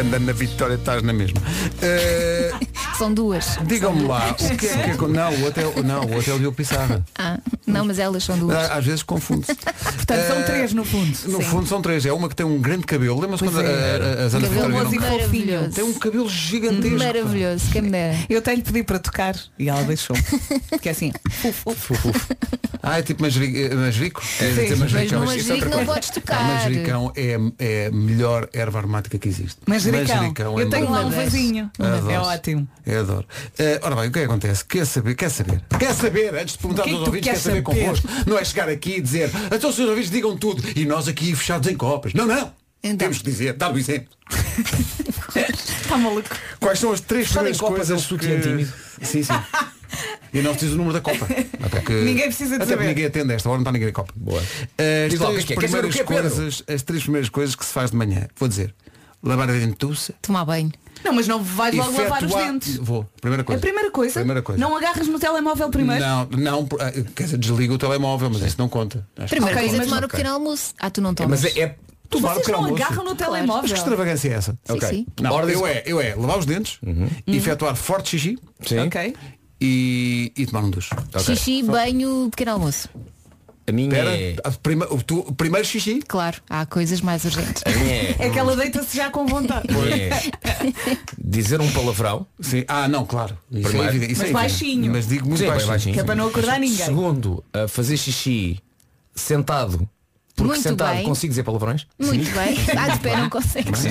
S1: Andando na vitória, estás na mesma. Eh,
S5: São duas.
S1: Digam-me lá, o que é que acon- Não, o hotel, não, o hotel Diogo Pissarra. Ah,
S5: Ah, não, mas elas são
S3: Ah,
S5: duas.
S1: Às vezes confunde-se.
S4: Portanto, são
S1: Eh,
S4: três no fundo.
S1: No
S5: Sim.
S1: fundo são três. É uma que tem um grande cabelo. Lembra-se
S4: Pois é.
S1: quando a- a- as Ana
S4: Cabelo
S1: Vitória
S4: moço
S1: não...
S4: e fofinho.
S5: Maravilhoso.
S1: Tem um cabelo gigantesco.
S5: Maravilhoso, quem me dera.
S4: Eu tenho pedido para tocar e ela deixou. Porque é assim, uf, uf.
S1: Ah, é tipo manjeri- manjerico? É,
S4: Sim.
S1: tem
S5: Mas
S3: Então,
S1: manjericão.
S5: no
S1: Isso é outra
S5: manjerico não
S1: coisa.
S5: podes
S1: Ah,
S5: tocar.
S1: manjericão é, é a melhor erva aromática que existe.
S4: Manjericão.
S1: é
S4: Eu tenho lá um
S1: maravilhoso.
S4: vasinho. É
S1: Adoro.
S4: ótimo.
S1: Eu adoro. Eh, ora bem, o que é que acontece? Quer saber? Quer saber? Quer saber? Antes de perguntar
S4: O que é
S1: aos
S4: que tu
S1: ouvintes, quer
S4: queres
S1: saber,
S4: saber?
S1: convosco. Não é chegar aqui e dizer, então os seus ouvintes digam tudo. E nós aqui fechados em copas. Não, não.
S5: Então.
S1: Temos que dizer, dá o exemplo.
S4: Está maluco.
S1: Quais são as três
S3: Fechado em
S1: primeiras
S3: copas é um
S1: coisas
S3: sutiã tímido.
S1: Sim, sim. E eu não preciso o número da Copa. Até porque-
S4: Ninguém precisa de
S1: Até porque
S4: saber.
S1: ninguém atende a esta hora, não está ninguém na Copa. Eh,
S3: Boa.
S1: As
S3: Diz lá, o
S1: três,
S3: que é que é? Quer saber o
S1: primeiras
S3: que é, Pedro?
S1: coisas, as três primeiras coisas que se faz de manhã. Vou dizer, lavar a dentuça.
S5: Tomar banho.
S4: Não, mas não vais logo lavar os
S1: efetuar-
S4: dentes.
S1: Vou. Primeira
S4: A
S1: coisa.
S4: primeira coisa,
S1: Primeira coisa.
S4: não agarras no telemóvel primeiro.
S1: Não, não, por- ah, quer dizer, desliga o telemóvel, mas isso não conta. Acho
S5: Primeira
S4: Ok,
S5: coisa é
S4: mas-
S5: tomar o pequeno almoço. Ah, tu não tomas.
S3: Mas é, é
S1: que tomar o
S4: Vocês não
S1: pequeno almoço.
S4: agarram no
S5: Claro.
S1: Mas que
S4: telemóvel.
S1: extravagância é essa?
S5: Sim, sim.
S1: Não,
S3: Ordens-
S1: eu é, eu é lavar os dentes, efetuar forte xixi
S3: Sim.
S4: Ok.
S1: e, e tomar um duche.
S3: Ok.
S5: Xixi, banho, pequeno almoço.
S3: A minha
S1: Espera,
S3: é...
S1: a prima- o tu- o primeiro xixi
S5: Claro, há coisas mais urgentes.
S3: a minha é-
S4: É que ela deita-se já com vontade.
S3: a minha é Dizer um palavrão.
S1: Sim, ah, não, claro. Isso
S3: Primeiro.
S1: é evidente. Isso é evidente.
S4: Mas baixinho.
S1: Mas digo muito
S3: Sim, bem
S1: baixinho.
S3: baixinho.
S4: Que é para não acordar ninguém.
S3: Segundo, a fazer xixi sentado. Porque
S5: Muito
S3: sentado
S5: bem.
S3: consigo dizer palavrões.
S5: Muito bem. Ah, de pé não consegues.
S3: Sim.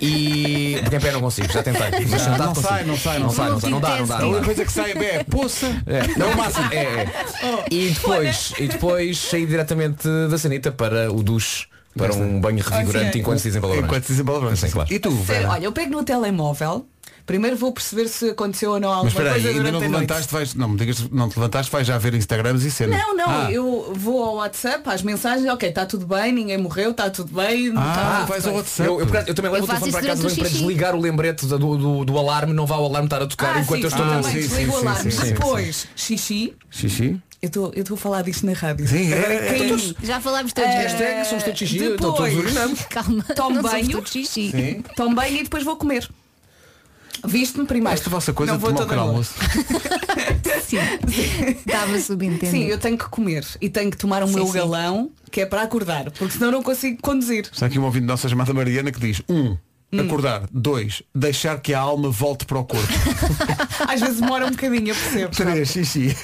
S3: E. Porque em pé não consigo, já tentei. Mas sentado
S1: não
S3: consigo.
S1: sai, não sai, não
S3: não sai, não sai. Não dá, não dá.
S1: A
S3: Não
S1: única
S3: dá.
S1: coisa que sai é poça.
S3: É, não, o máximo. É, é.
S1: Oh.
S3: E depois, e depois sair diretamente da sanita para o duche, para um banho revigorante
S4: Ok.
S3: enquanto se dizem palavrões.
S1: Enquanto dizem palavrões.
S3: Sim, claro.
S1: E tu,
S4: Sério,
S1: Vera?
S4: Olha, eu pego no telemóvel, primeiro vou perceber se aconteceu ou não
S1: Mas
S4: alguma
S1: espera aí,
S4: coisa
S1: ainda
S4: durante
S1: não
S4: a
S1: te
S4: noite.
S1: levantaste, vais, não me digas, não te levantaste, vais já ver Instagrams e cenas.
S4: Não, não,
S1: Ah.
S4: eu vou ao WhatsApp, às mensagens, ok, está tudo bem, ninguém morreu, está tudo bem. não
S1: Ah,
S4: tá-
S1: vais ao WhatsApp.
S3: Eu, eu, por acaso, eu também levo
S5: Eu
S3: o
S5: faço
S3: telefone para
S5: isso
S3: casa
S5: durante
S3: bem
S5: o
S3: para
S5: xixi.
S3: desligar o lembrete do, do, do alarme, não vá o alarme estar a tocar
S4: Ah,
S3: enquanto
S4: sim,
S3: eu estou
S4: sim,
S3: no-
S4: também,
S1: sim,
S4: desligo o
S1: sim, sim,
S4: alarme.
S1: sim, sim.
S4: Depois, xixi,
S1: Xixi?
S4: eu estou- eu estou a falar disto na rádio.
S1: Sim, é,
S4: Agora
S1: é,
S4: caí.
S1: todos-
S5: Já falámos todos.
S4: Eh,
S3: Hashtag somos todos xixi,
S4: depois-
S3: estão todos urinando.
S5: Calma.
S4: Tomo
S5: não somos
S4: banho.
S5: todos xixi.
S4: Tomo bem e depois vou comer. Viste-me primeiro.
S1: Esta vossa coisa
S4: Não
S1: de
S4: vou
S1: tomar o
S4: toda
S1: pequeno
S4: nu.
S1: almoço.
S5: Sim. Estava subentendido.
S4: Sim, eu tenho que comer e tenho que tomar o
S5: Sim,
S4: meu
S5: sim.
S4: galão, que é para acordar, porque senão não consigo conduzir.
S1: Está aqui um ouvinte nossa chamada Mariana que diz, um,
S4: Hum.
S1: acordar, dois, deixar que a alma volte para o corpo.
S4: Às vezes demora um bocadinho, eu percebo.
S1: Três, xixi.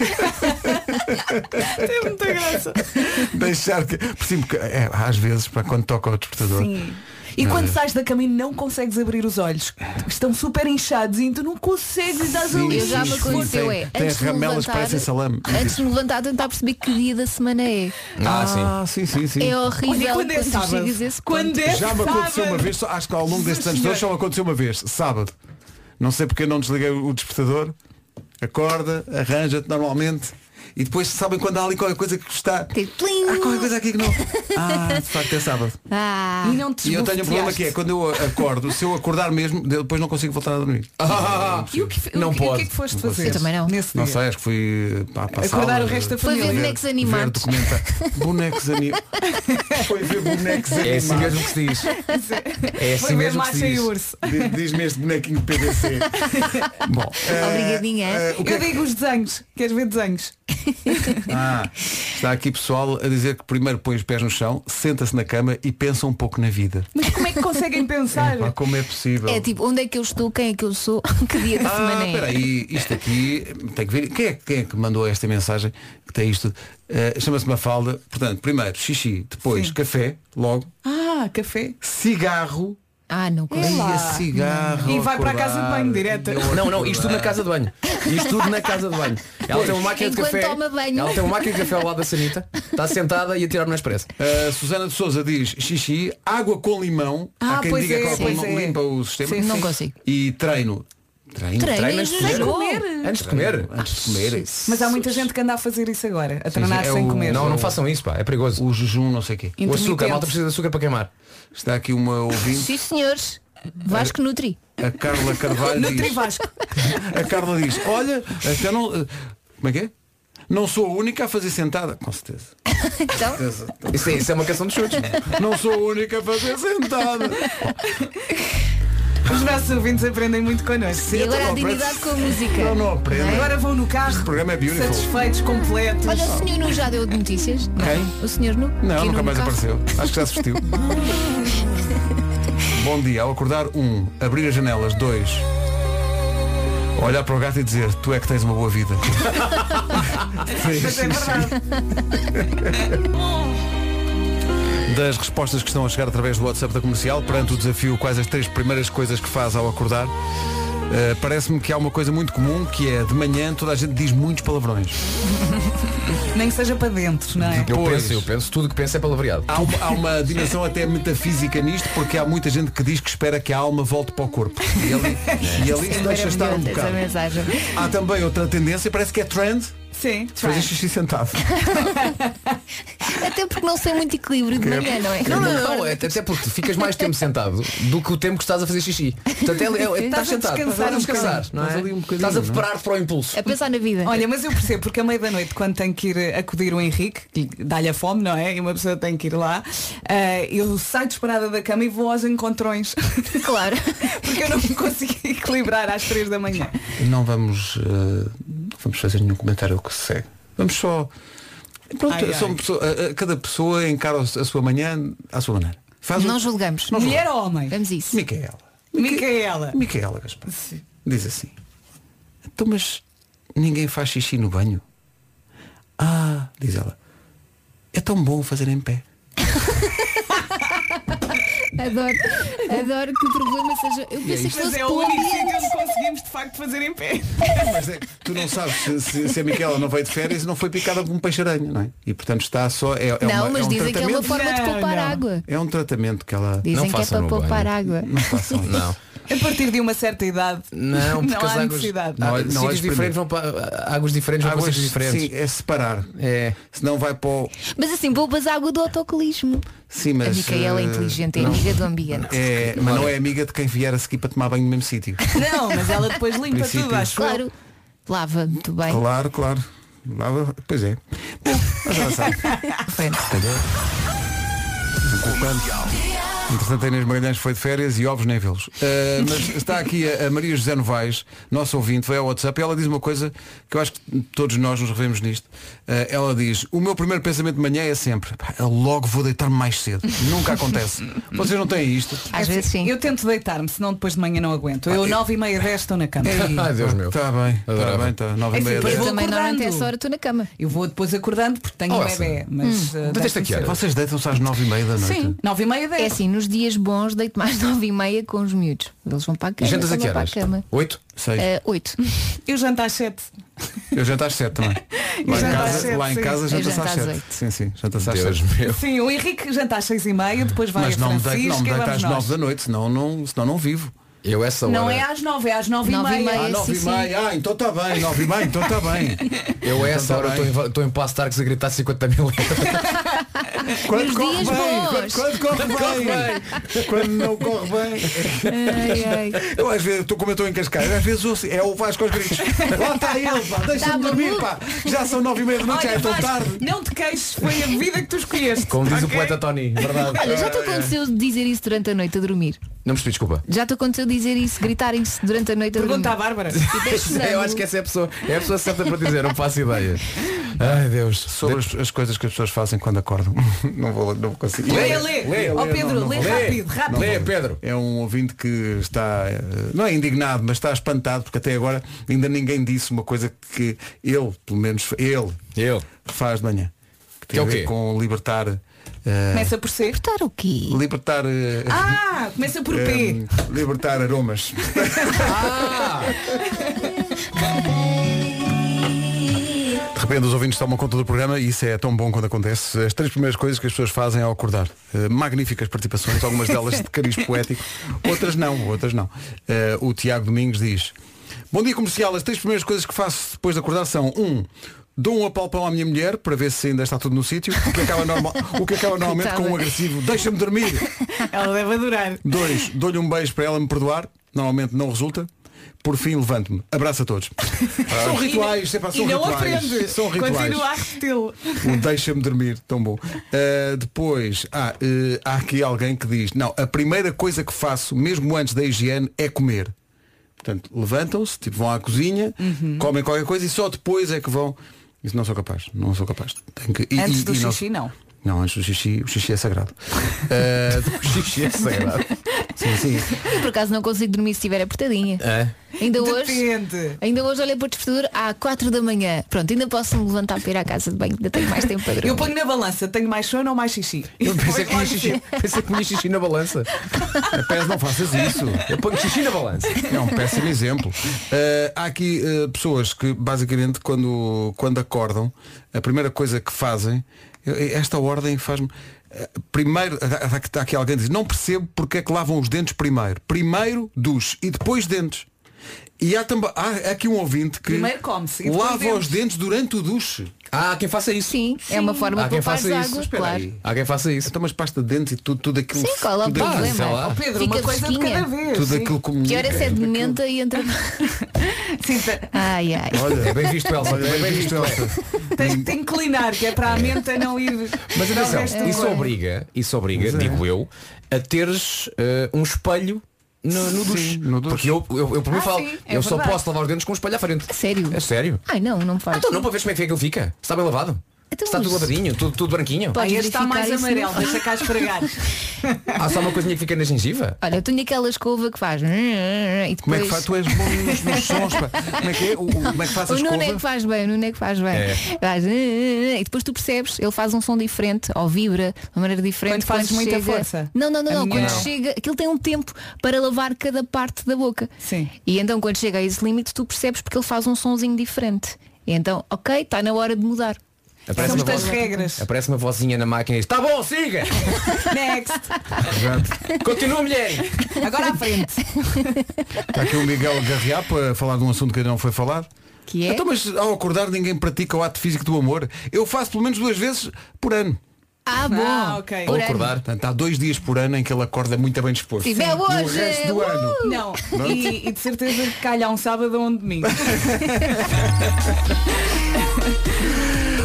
S4: É muita graça.
S1: Deixar que. Por cima, porque, é, às vezes, para quando toca o despertador.
S4: Sim. E quando
S1: é?
S4: sais da cama e não consegues abrir os olhes, estão super inchados e tu não consegues e dás
S1: Sim,
S4: ali.
S5: Eu já
S1: sim,
S5: me
S1: sim.
S5: aconteceu,
S1: Tem-
S5: é.
S1: tem
S5: antes de me
S1: ramelas que
S5: levantar-
S1: parecem salame.
S5: Antes de me levantar, tentar perceber que dia da semana é.
S3: Ah, sim.
S1: Ah, sim, sim, sim.
S5: É horrível
S4: Olha, quando é sábado.
S5: chegas a esse
S4: Quando é
S1: Já me aconteceu
S4: sábado.
S1: uma vez, só- acho que ao longo destes
S4: Sim,
S1: anos todos
S4: senhor.
S1: só me aconteceu uma vez, sábado. Não sei porque não desliguei o despertador, acorda, arranja-te normalmente e depois sabem quando há ali qualquer coisa que está.
S5: Que plim!
S1: Há qualquer coisa aqui que não. Ah, de facto é sábado.
S5: Ah,
S4: E não te
S1: E eu tenho um problema que é
S4: esbofeteaste.
S1: quando eu acordo, se eu acordar mesmo, depois não consigo voltar a dormir.
S4: E o que, o que-
S3: Não
S4: o que
S3: pode.
S4: é que foste
S1: Não
S4: fazer?
S5: Eu também não.
S4: Nesse
S1: Não
S4: dia?
S1: sei, acho que fui eh, para a
S4: Acordar
S1: sala,
S4: o resto da
S5: Foi ver
S1: assim
S4: família.
S5: bonecos animados.
S1: Ver documenta- bonecos animados. Foi ver bonecos
S3: É assim
S1: animados.
S3: mesmo que se diz. É
S4: Foi
S3: assim
S4: ver
S3: mesmo que
S4: macha
S3: se
S4: e
S3: diz.
S4: urso.
S1: Diz- Diz-me este bonequinho de PVC. Bom, eh,
S5: Obrigadinha.
S1: eh, o que
S4: Eu
S1: é que-
S4: digo os desenhos. Queres ver desenhos?
S1: Ah, está aqui pessoal a dizer que primeiro põe os pés no chão, senta-se na cama e pensa um pouco na vida.
S4: Mas como é que conseguem pensar?
S1: Pá, como é possível?
S5: É tipo, onde é que eu estou, quem é que eu sou, que dia de
S1: Ah,
S5: semana é.
S1: espera aí, isto aqui tem que ver. Quem é, quem é que mandou esta mensagem que tem isto? Eh, Chama-se Mafalda. Portanto, primeiro xixi, depois café, logo
S4: Ah, café.
S1: cigarro.
S5: Ah, não
S1: E
S5: consigo.
S1: a cigarro.
S4: E vai para a casa de banho direto.
S3: Não, não, isto tudo na casa de banho. Isto tudo na casa de banho. Ela tem uma máquina de
S5: Enquanto
S3: café.
S5: toma banho.
S3: Ela tem uma máquina de café ao lado da Sanita. Está sentada e a tirar no expresso.
S1: A Ah, Susana de Souza diz xixi, água com limão.
S4: Ah,
S1: Há quem
S4: pois
S1: diga
S4: é,
S1: que a água com
S4: pois
S1: limão
S4: é.
S1: limpa o sistema.
S4: Sim,
S5: Não consigo.
S1: E treino. Treino?
S5: Treino
S3: Treinas-te
S5: em jejum.
S3: Antes de comer.
S1: Antes de comer.
S4: Mas há muita gente que anda a fazer isso agora, a treinar
S1: sim, é
S4: sem
S1: o-
S4: comer.
S3: Não, não façam isso, pá. É perigoso.
S1: O jejum, não sei o quê.
S3: O
S4: Intermitente.
S3: açúcar, a malta precisa de açúcar para queimar.
S1: Está aqui uma ouvinte,
S5: Sim, senhores. Vasco Nutri.
S1: a Carla Carvalho diz.
S4: Trivasco.
S1: A Carla diz, olha, até não. eh, Como é que é? Não sou a única a fazer sentada. Com certeza.
S5: Então,
S3: Isso é, isso é uma canção de chutes.
S1: Não sou a única a fazer sentada.
S4: Os nossos ouvintes aprendem muito connosco.
S5: e
S1: Eu
S5: agora a
S1: também
S5: dignidade com a música. é?
S1: Não, não aprendem.
S4: Agora vão no carro
S1: programa é beautiful.
S4: satisfeitos, completos.
S5: Olha, o senhor Nu já deu de notícias? Não.
S1: Quem?
S5: O senhor Nu?
S1: Não,
S5: Que
S1: nunca
S5: nu
S1: mais
S5: carro?
S1: apareceu. Acho que já se vestiu. Bom dia. Ao acordar, um, abrir as janelas, dois, olhar para o gato e dizer, tu é que tens uma boa vida.
S4: Mas é verdade.
S1: das respostas que estão a chegar através do WhatsApp da comercial perante o desafio quais as três primeiras coisas que faz ao acordar. eh, Parece-me que há uma coisa muito comum que é de manhã toda a gente diz muitos palavrões.
S4: Nem que seja para dentro, não é?
S3: Eu
S1: Pois.
S3: penso, eu penso. Tudo que penso é palavreado.
S1: Há uma, há uma dimensão até metafísica nisto, porque há muita gente que diz que espera que a alma volte para o corpo. E ali, e ali se deixa estar um
S5: Maravilhosa essa
S1: bocado.
S5: mensagem.
S1: Há também outra tendência, parece que é trend,
S4: Sim.
S1: fazer xixi sentado.
S5: Até porque não sei muito equilíbrio de manhã, não é?
S3: Não, não, não, é- até porque ficas mais tempo sentado do que o tempo que estás a fazer xixi. Portanto, é, é, é,
S4: Estás
S3: estás
S4: a
S3: sentado,
S4: descansar
S3: estás a
S4: um
S3: descansar,
S1: bocadinho.
S3: não
S1: Estás ali
S3: é?
S1: um bocadinho,
S3: Estás a
S1: não é?
S3: preparar-te para o impulso.
S5: A pensar na vida.
S4: Olha, mas eu percebo, porque a meia da noite, quando tenho que ir acudir o Henrique, que lhe- dá-lhe a fome, não é? E uma pessoa tem que ir lá, ah, eu saio disparada da cama e vou aos encontrões.
S5: Claro.
S4: porque eu não me consegui equilibrar às três da manhã.
S1: Não vamos, eh, não vamos fazer nenhum comentário que se segue. Vamos só. Pronto,
S4: Ai, ai.
S1: são pessoa- a- a- cada pessoa encara o- a sua manhã à sua maneira. Faz o-
S5: Não julgamos.
S1: Não
S4: Mulher ou homem?
S5: Vamos a isso.
S1: Micaela.
S4: Micaela.
S1: Micaela Gaspar.
S4: Sim.
S1: Diz assim. Então, mas ninguém faz xixi no banho? Ah, diz ela. É tão bom fazer em pé.
S5: Adoro. Adoro que o problema seja. Eu pensei que
S4: Mas
S5: fosse
S4: é
S5: pelo
S4: o único
S5: ambiente.
S4: sítio onde conseguimos de facto fazer em pé.
S1: Mas é, que tu não sabes se, se- se a Micaela não veio de férias não foi picada por um peixaranho, não é? E portanto está só. É, é
S5: Não,
S1: uma-
S5: mas
S1: é um
S5: dizem que é uma
S1: tratamento-
S5: forma de
S4: Não,
S5: poupar
S4: não.
S5: água.
S1: É um tratamento que ela.
S5: Dizem que é
S3: façam
S5: para
S3: no
S5: poupar
S3: banho.
S5: água.
S1: Não façam isso.
S3: Não.
S4: A partir de uma certa idade.
S3: Não, porque
S4: não
S3: as
S4: há
S3: águas.
S4: necessidade.
S1: Não, é
S3: há-
S1: olha, não olhes
S3: sítios
S1: para
S3: diferentes vão para. Águas diferentes vão para
S1: Águas,
S3: sítios diferentes.
S1: Sim, é separar.
S3: É.
S1: Senão vai para o.
S5: Mas assim, poupas água do autocolismo.
S1: Sim, mas.
S5: a Micaela é
S1: eh,
S5: inteligente, é
S1: não.
S5: amiga do ambiente.
S1: É, mas não é amiga de quem vier a seguir para tomar banho no mesmo sítio.
S4: Não, mas ela depois limpa
S1: Princípio.
S4: tudo, acho eu.
S5: Claro. Lava muito bem.
S1: Claro, claro. Lá- Pois é. Bom, vamos avançar.
S5: Perfeito.
S1: Entretanto, a Inês Magalhães foi de férias e ovos nem vê-los. Uh, mas está aqui a, a Maria José Novaes, nossa ouvinte, veio ao WhatsApp e ela diz uma coisa que eu acho que todos nós nos revemos nisto. Uh, ela diz, o meu primeiro pensamento de manhã é sempre, "Pá, eu logo vou deitar-me mais cedo. Nunca acontece. Vocês não têm isto.
S5: Às vezes sim.
S4: É assim, Eu tento deitar-me, senão depois de manhã não aguento.
S1: Ah,
S4: Eu nove e meia dez estou na
S1: É
S4: cama.
S3: Ai, Deus meu.
S1: Está Tá bem, está
S3: Adorava.
S1: bem, está. Nove e
S4: É
S1: meia.
S4: assim,
S1: dez.
S5: Eu
S4: vou
S5: também normalmente a
S4: acordando.
S5: essa hora estou na cama.
S4: Eu vou depois acordando porque tenho
S3: Oh,
S4: um bebê.
S3: essa.
S4: Mas eh,
S3: Deitei-te
S4: deixa-me
S3: aqui,
S4: ser.
S3: olha.
S1: Vocês deitam-se às nove e meia da noite?
S4: Sim, nove e meia
S5: Hum. É
S4: dez.
S5: assim, nos dias bons deito mais nove e meia com os miúdos. Eles vão para a
S3: E
S5: cama.
S3: jantas a
S5: também
S3: que
S5: para a
S3: horas?
S5: cama.
S3: Oito?
S1: Seis.
S5: Ah, Oito.
S4: Eu janto às sete.
S1: Eu janto às sete também. Lá em
S4: janto às
S1: casa,
S4: sete,
S1: lá em
S4: sim.
S1: casa
S5: Eu
S1: janta-se
S5: janto
S1: às
S5: às
S1: sete.
S5: oito.
S1: Sim, sim, janta-se às
S3: Deus
S1: sete.
S3: meu.
S4: Sim, o Henrique janta às seis e meia, depois vai
S1: Mas
S4: a
S1: não me deito,
S4: Francisca
S1: não me
S4: e
S1: deito
S4: vamos
S1: às
S4: nós.
S1: nove da noite, senão não, senão não vivo.
S3: Eu essa hora.
S4: Não é às nove, é às nove e
S5: Nove e
S4: meia.
S5: meia.
S1: Ah, nove e
S5: sim,
S1: meia, ah, então está bem, nove e meia, então está bem.
S3: Eu a essa
S1: tá
S3: hora
S1: bem.
S3: estou em, estou em Passo Tarques a gritar 50 mil euros.
S1: Quando
S5: Nos
S1: corre
S5: dias
S1: bem,
S5: bons.
S1: quando, quando corre
S5: Quando
S1: bem, quando não corre bem.
S5: Ai, ai.
S1: Eu às vezes, tu como eu estou em Cascais, às vezes ouço, é o Vasco aos gritos. Lá está ele, pá,
S4: Tá
S1: deixa-me dormir,
S4: maluco?
S1: pá. Já são nove e meia da noite, já é tão
S4: Vasco,
S1: tarde.
S4: Não te queixes, foi a vida que tu escolheste.
S3: Como diz o
S4: ok?
S3: poeta Tony, verdade.
S5: Olha, já te aconteceu dizer isso durante a noite a dormir?
S3: Não me percebi, desculpa.
S5: Já te aconteceu dizer isso, gritarem-se durante a noite a dormir?
S4: Pergunta à Bárbara.
S3: Eu acho que essa é a pessoa, é a pessoa certa para dizer, não faço ideia. Ai Deus.
S1: Sobre as, as coisas que as pessoas fazem quando acordam. Não vou, não vou conseguir.
S4: Lê, lê. Ó, Pedro, lê rápido, rápido.
S1: Lê, Pedro. É um ouvinte que está, eh, não é indignado, mas está espantado porque até agora ainda ninguém disse uma coisa que ele, pelo menos ele,
S3: ele.
S1: faz de manhã. Que tem
S3: Que é
S1: a
S3: o
S1: ver
S3: quê?
S1: com libertar. eh,
S4: Começa por ser.
S5: Cortar o quê?
S1: libertar. eh,
S4: Ah, começa por P.
S1: eh, libertar aromas. De repente os ouvintes tomam conta do programa e isso é tão bom quando acontece. As três primeiras coisas que as pessoas fazem ao acordar. Eh, magníficas participações, algumas delas de cariz poético, outras não, outras não. Eh, o Tiago Domingos diz, Bom dia comercial, as três primeiras coisas que faço depois de acordar são um, Dou um apalpão à minha mulher para ver se ainda está tudo no sítio, o que acaba, normal- o que acaba normalmente com um
S5: Coitada.
S1: agressivo, deixa-me dormir.
S4: Ela deve adorar.
S1: Dois, dou-lhe um beijo para ela me perdoar, normalmente não resulta. Por fim, levanto-me. Abraço a todos. São rituais,
S4: e,
S1: é pá,
S4: e
S1: são
S4: não
S1: rituais.
S4: aprende.
S1: São rituais.
S4: Continua a repeti-lo.
S1: O Um deixa-me dormir, tão bom. Uh, depois, ah, uh, há aqui alguém que diz, não, a primeira coisa que faço, mesmo antes da higiene, é comer. Portanto, levantam-se, tipo, vão à cozinha,
S4: Uhum.
S1: comem qualquer coisa e só depois é que vão. Isso não sou capaz, não sou capaz. Tenho que- e-
S4: Antes
S1: e-
S4: do
S1: e não-
S4: xixi, não.
S1: não, antes do xixi, o xixi é sagrado. Uh,
S3: O xixi é sagrado.
S1: sim, sim.
S5: Eu por acaso não consigo dormir se estiver apertadinha.
S3: É.
S5: Ainda hoje.
S4: Depende.
S5: Ainda hoje olhei para o despertador às 4 da manhã. Pronto, ainda posso me levantar para ir à casa de banho. Ainda tenho mais tempo para dormir.
S4: Eu ponho na balança, tenho mais sono ou mais xixi?
S3: Eu pensei
S4: Pois
S3: que tinha
S4: pode
S3: xixi,
S4: ser.
S3: pensei que tinha xixi na balança.
S1: Pés, não faças isso.
S3: Eu ponho xixi na balança.
S1: É um péssimo exemplo. Eh, há aqui eh, pessoas que basicamente quando, quando acordam, a primeira coisa que fazem, eu- esta ordem faz-me. eh, Primeiro, há- há- está aqui alguém que diz, não percebo porque é que lavam os dentes primeiro. Primeiro duche e depois dentes. E há também há aqui um ouvinte que
S4: Primeiro come-se e depois
S1: lava os dentes durante o duche.
S3: Ah, há quem faça isso.
S5: Sim, é uma forma
S3: Há
S5: de
S3: quem
S5: poupar
S3: faça isso.
S5: água,
S1: Espera
S5: claro.
S1: aí.
S3: Há quem faça isso.
S1: Então mas pasta de dentes e tudo, tudo aquilo.
S5: Sim, qual é o
S1: tudo aquilo- é
S3: sei lá.
S5: problema?
S3: Oh,
S4: Pedro,
S5: Fica
S4: uma coisa de
S5: fresquinha.
S4: cada vez.
S1: Tudo
S4: sim.
S1: aquilo comunica.
S5: Que horas é de menta e entra.
S4: Sim, te-
S5: Ai, ai.
S1: Olha,
S3: É bem visto, Elsa.
S1: olha,
S3: É bem visto, Elsa.
S4: tens
S1: Hum.
S4: que te inclinar, que é para a menta não ir.
S3: Mas
S4: dar o
S3: atenção,
S4: resto do
S1: é
S3: isso
S4: corpo.
S3: obriga, isso obriga, digo eu, a teres eh, um espelho no, no duche.
S1: no duche.
S3: Porque eu, eu, eu por mim
S4: Ah,
S3: falo,
S4: sim, é
S3: eu só
S4: verdade.
S3: posso lavar os dentes com um espelho à frente.
S5: A sério?
S3: É sério.
S5: Ai não, não faz.
S3: Então não para ver como é que é que ele fica. Está bem lavado.
S5: Então,
S3: está tudo
S5: mas-
S3: lavadinho, tudo, tudo branquinho.
S5: Podes
S4: Aí está
S5: verificar
S4: mais
S5: isso no-
S4: amarelo, deixa cá esfregar.
S3: Há só uma coisinha que fica na gengiva.
S5: Olha, eu tenho aquela escova que faz. E depois...
S1: Como é que faz? Tu és bom nos, nos sons. pá. Como é que é? O, o- como é que faz a
S5: O Nuno é
S1: escova?
S5: que faz bem, o Nuno é que faz bem.
S3: É.
S5: Faz, e depois tu percebes, ele faz um som diferente, ou vibra de uma maneira
S4: Quando
S5: diferente.
S4: fazes muita
S5: chega-
S4: força.
S5: Não, não, não,
S4: A
S5: não.
S4: minha
S5: Quando
S4: não.
S5: chega, aquilo tem um tempo para lavar cada parte da boca.
S4: Sim.
S5: E então quando chega a esse limite tu percebes porque ele faz um sonzinho diferente. E então, ok, está na hora de mudar.
S3: Aparece
S4: São
S3: uma,
S4: muitas
S3: voz,
S4: regras.
S3: aparece uma vozinha na máquina e diz, está bom, siga!
S4: Next.
S5: é-
S3: Continua, mulher!
S4: Agora à frente.
S1: Está aqui o Miguel Garriá para falar de um assunto que ainda não foi falado.
S5: Que é?
S1: Então, mas ao acordar ninguém pratica o ato físico do amor. Eu faço pelo menos duas vezes por ano.
S5: Ah, bom.
S4: Ah, ok.
S5: Por
S3: Ou
S5: ano.
S3: acordar.
S1: Portanto, há dois dias por ano em que ele acorda muito bem disposto.
S5: Sim, é
S1: No
S5: hoje,
S1: resto do
S5: uh!
S1: ano.
S4: Não.
S1: é?
S4: E, e de certeza que calha um sábado ou um domingo.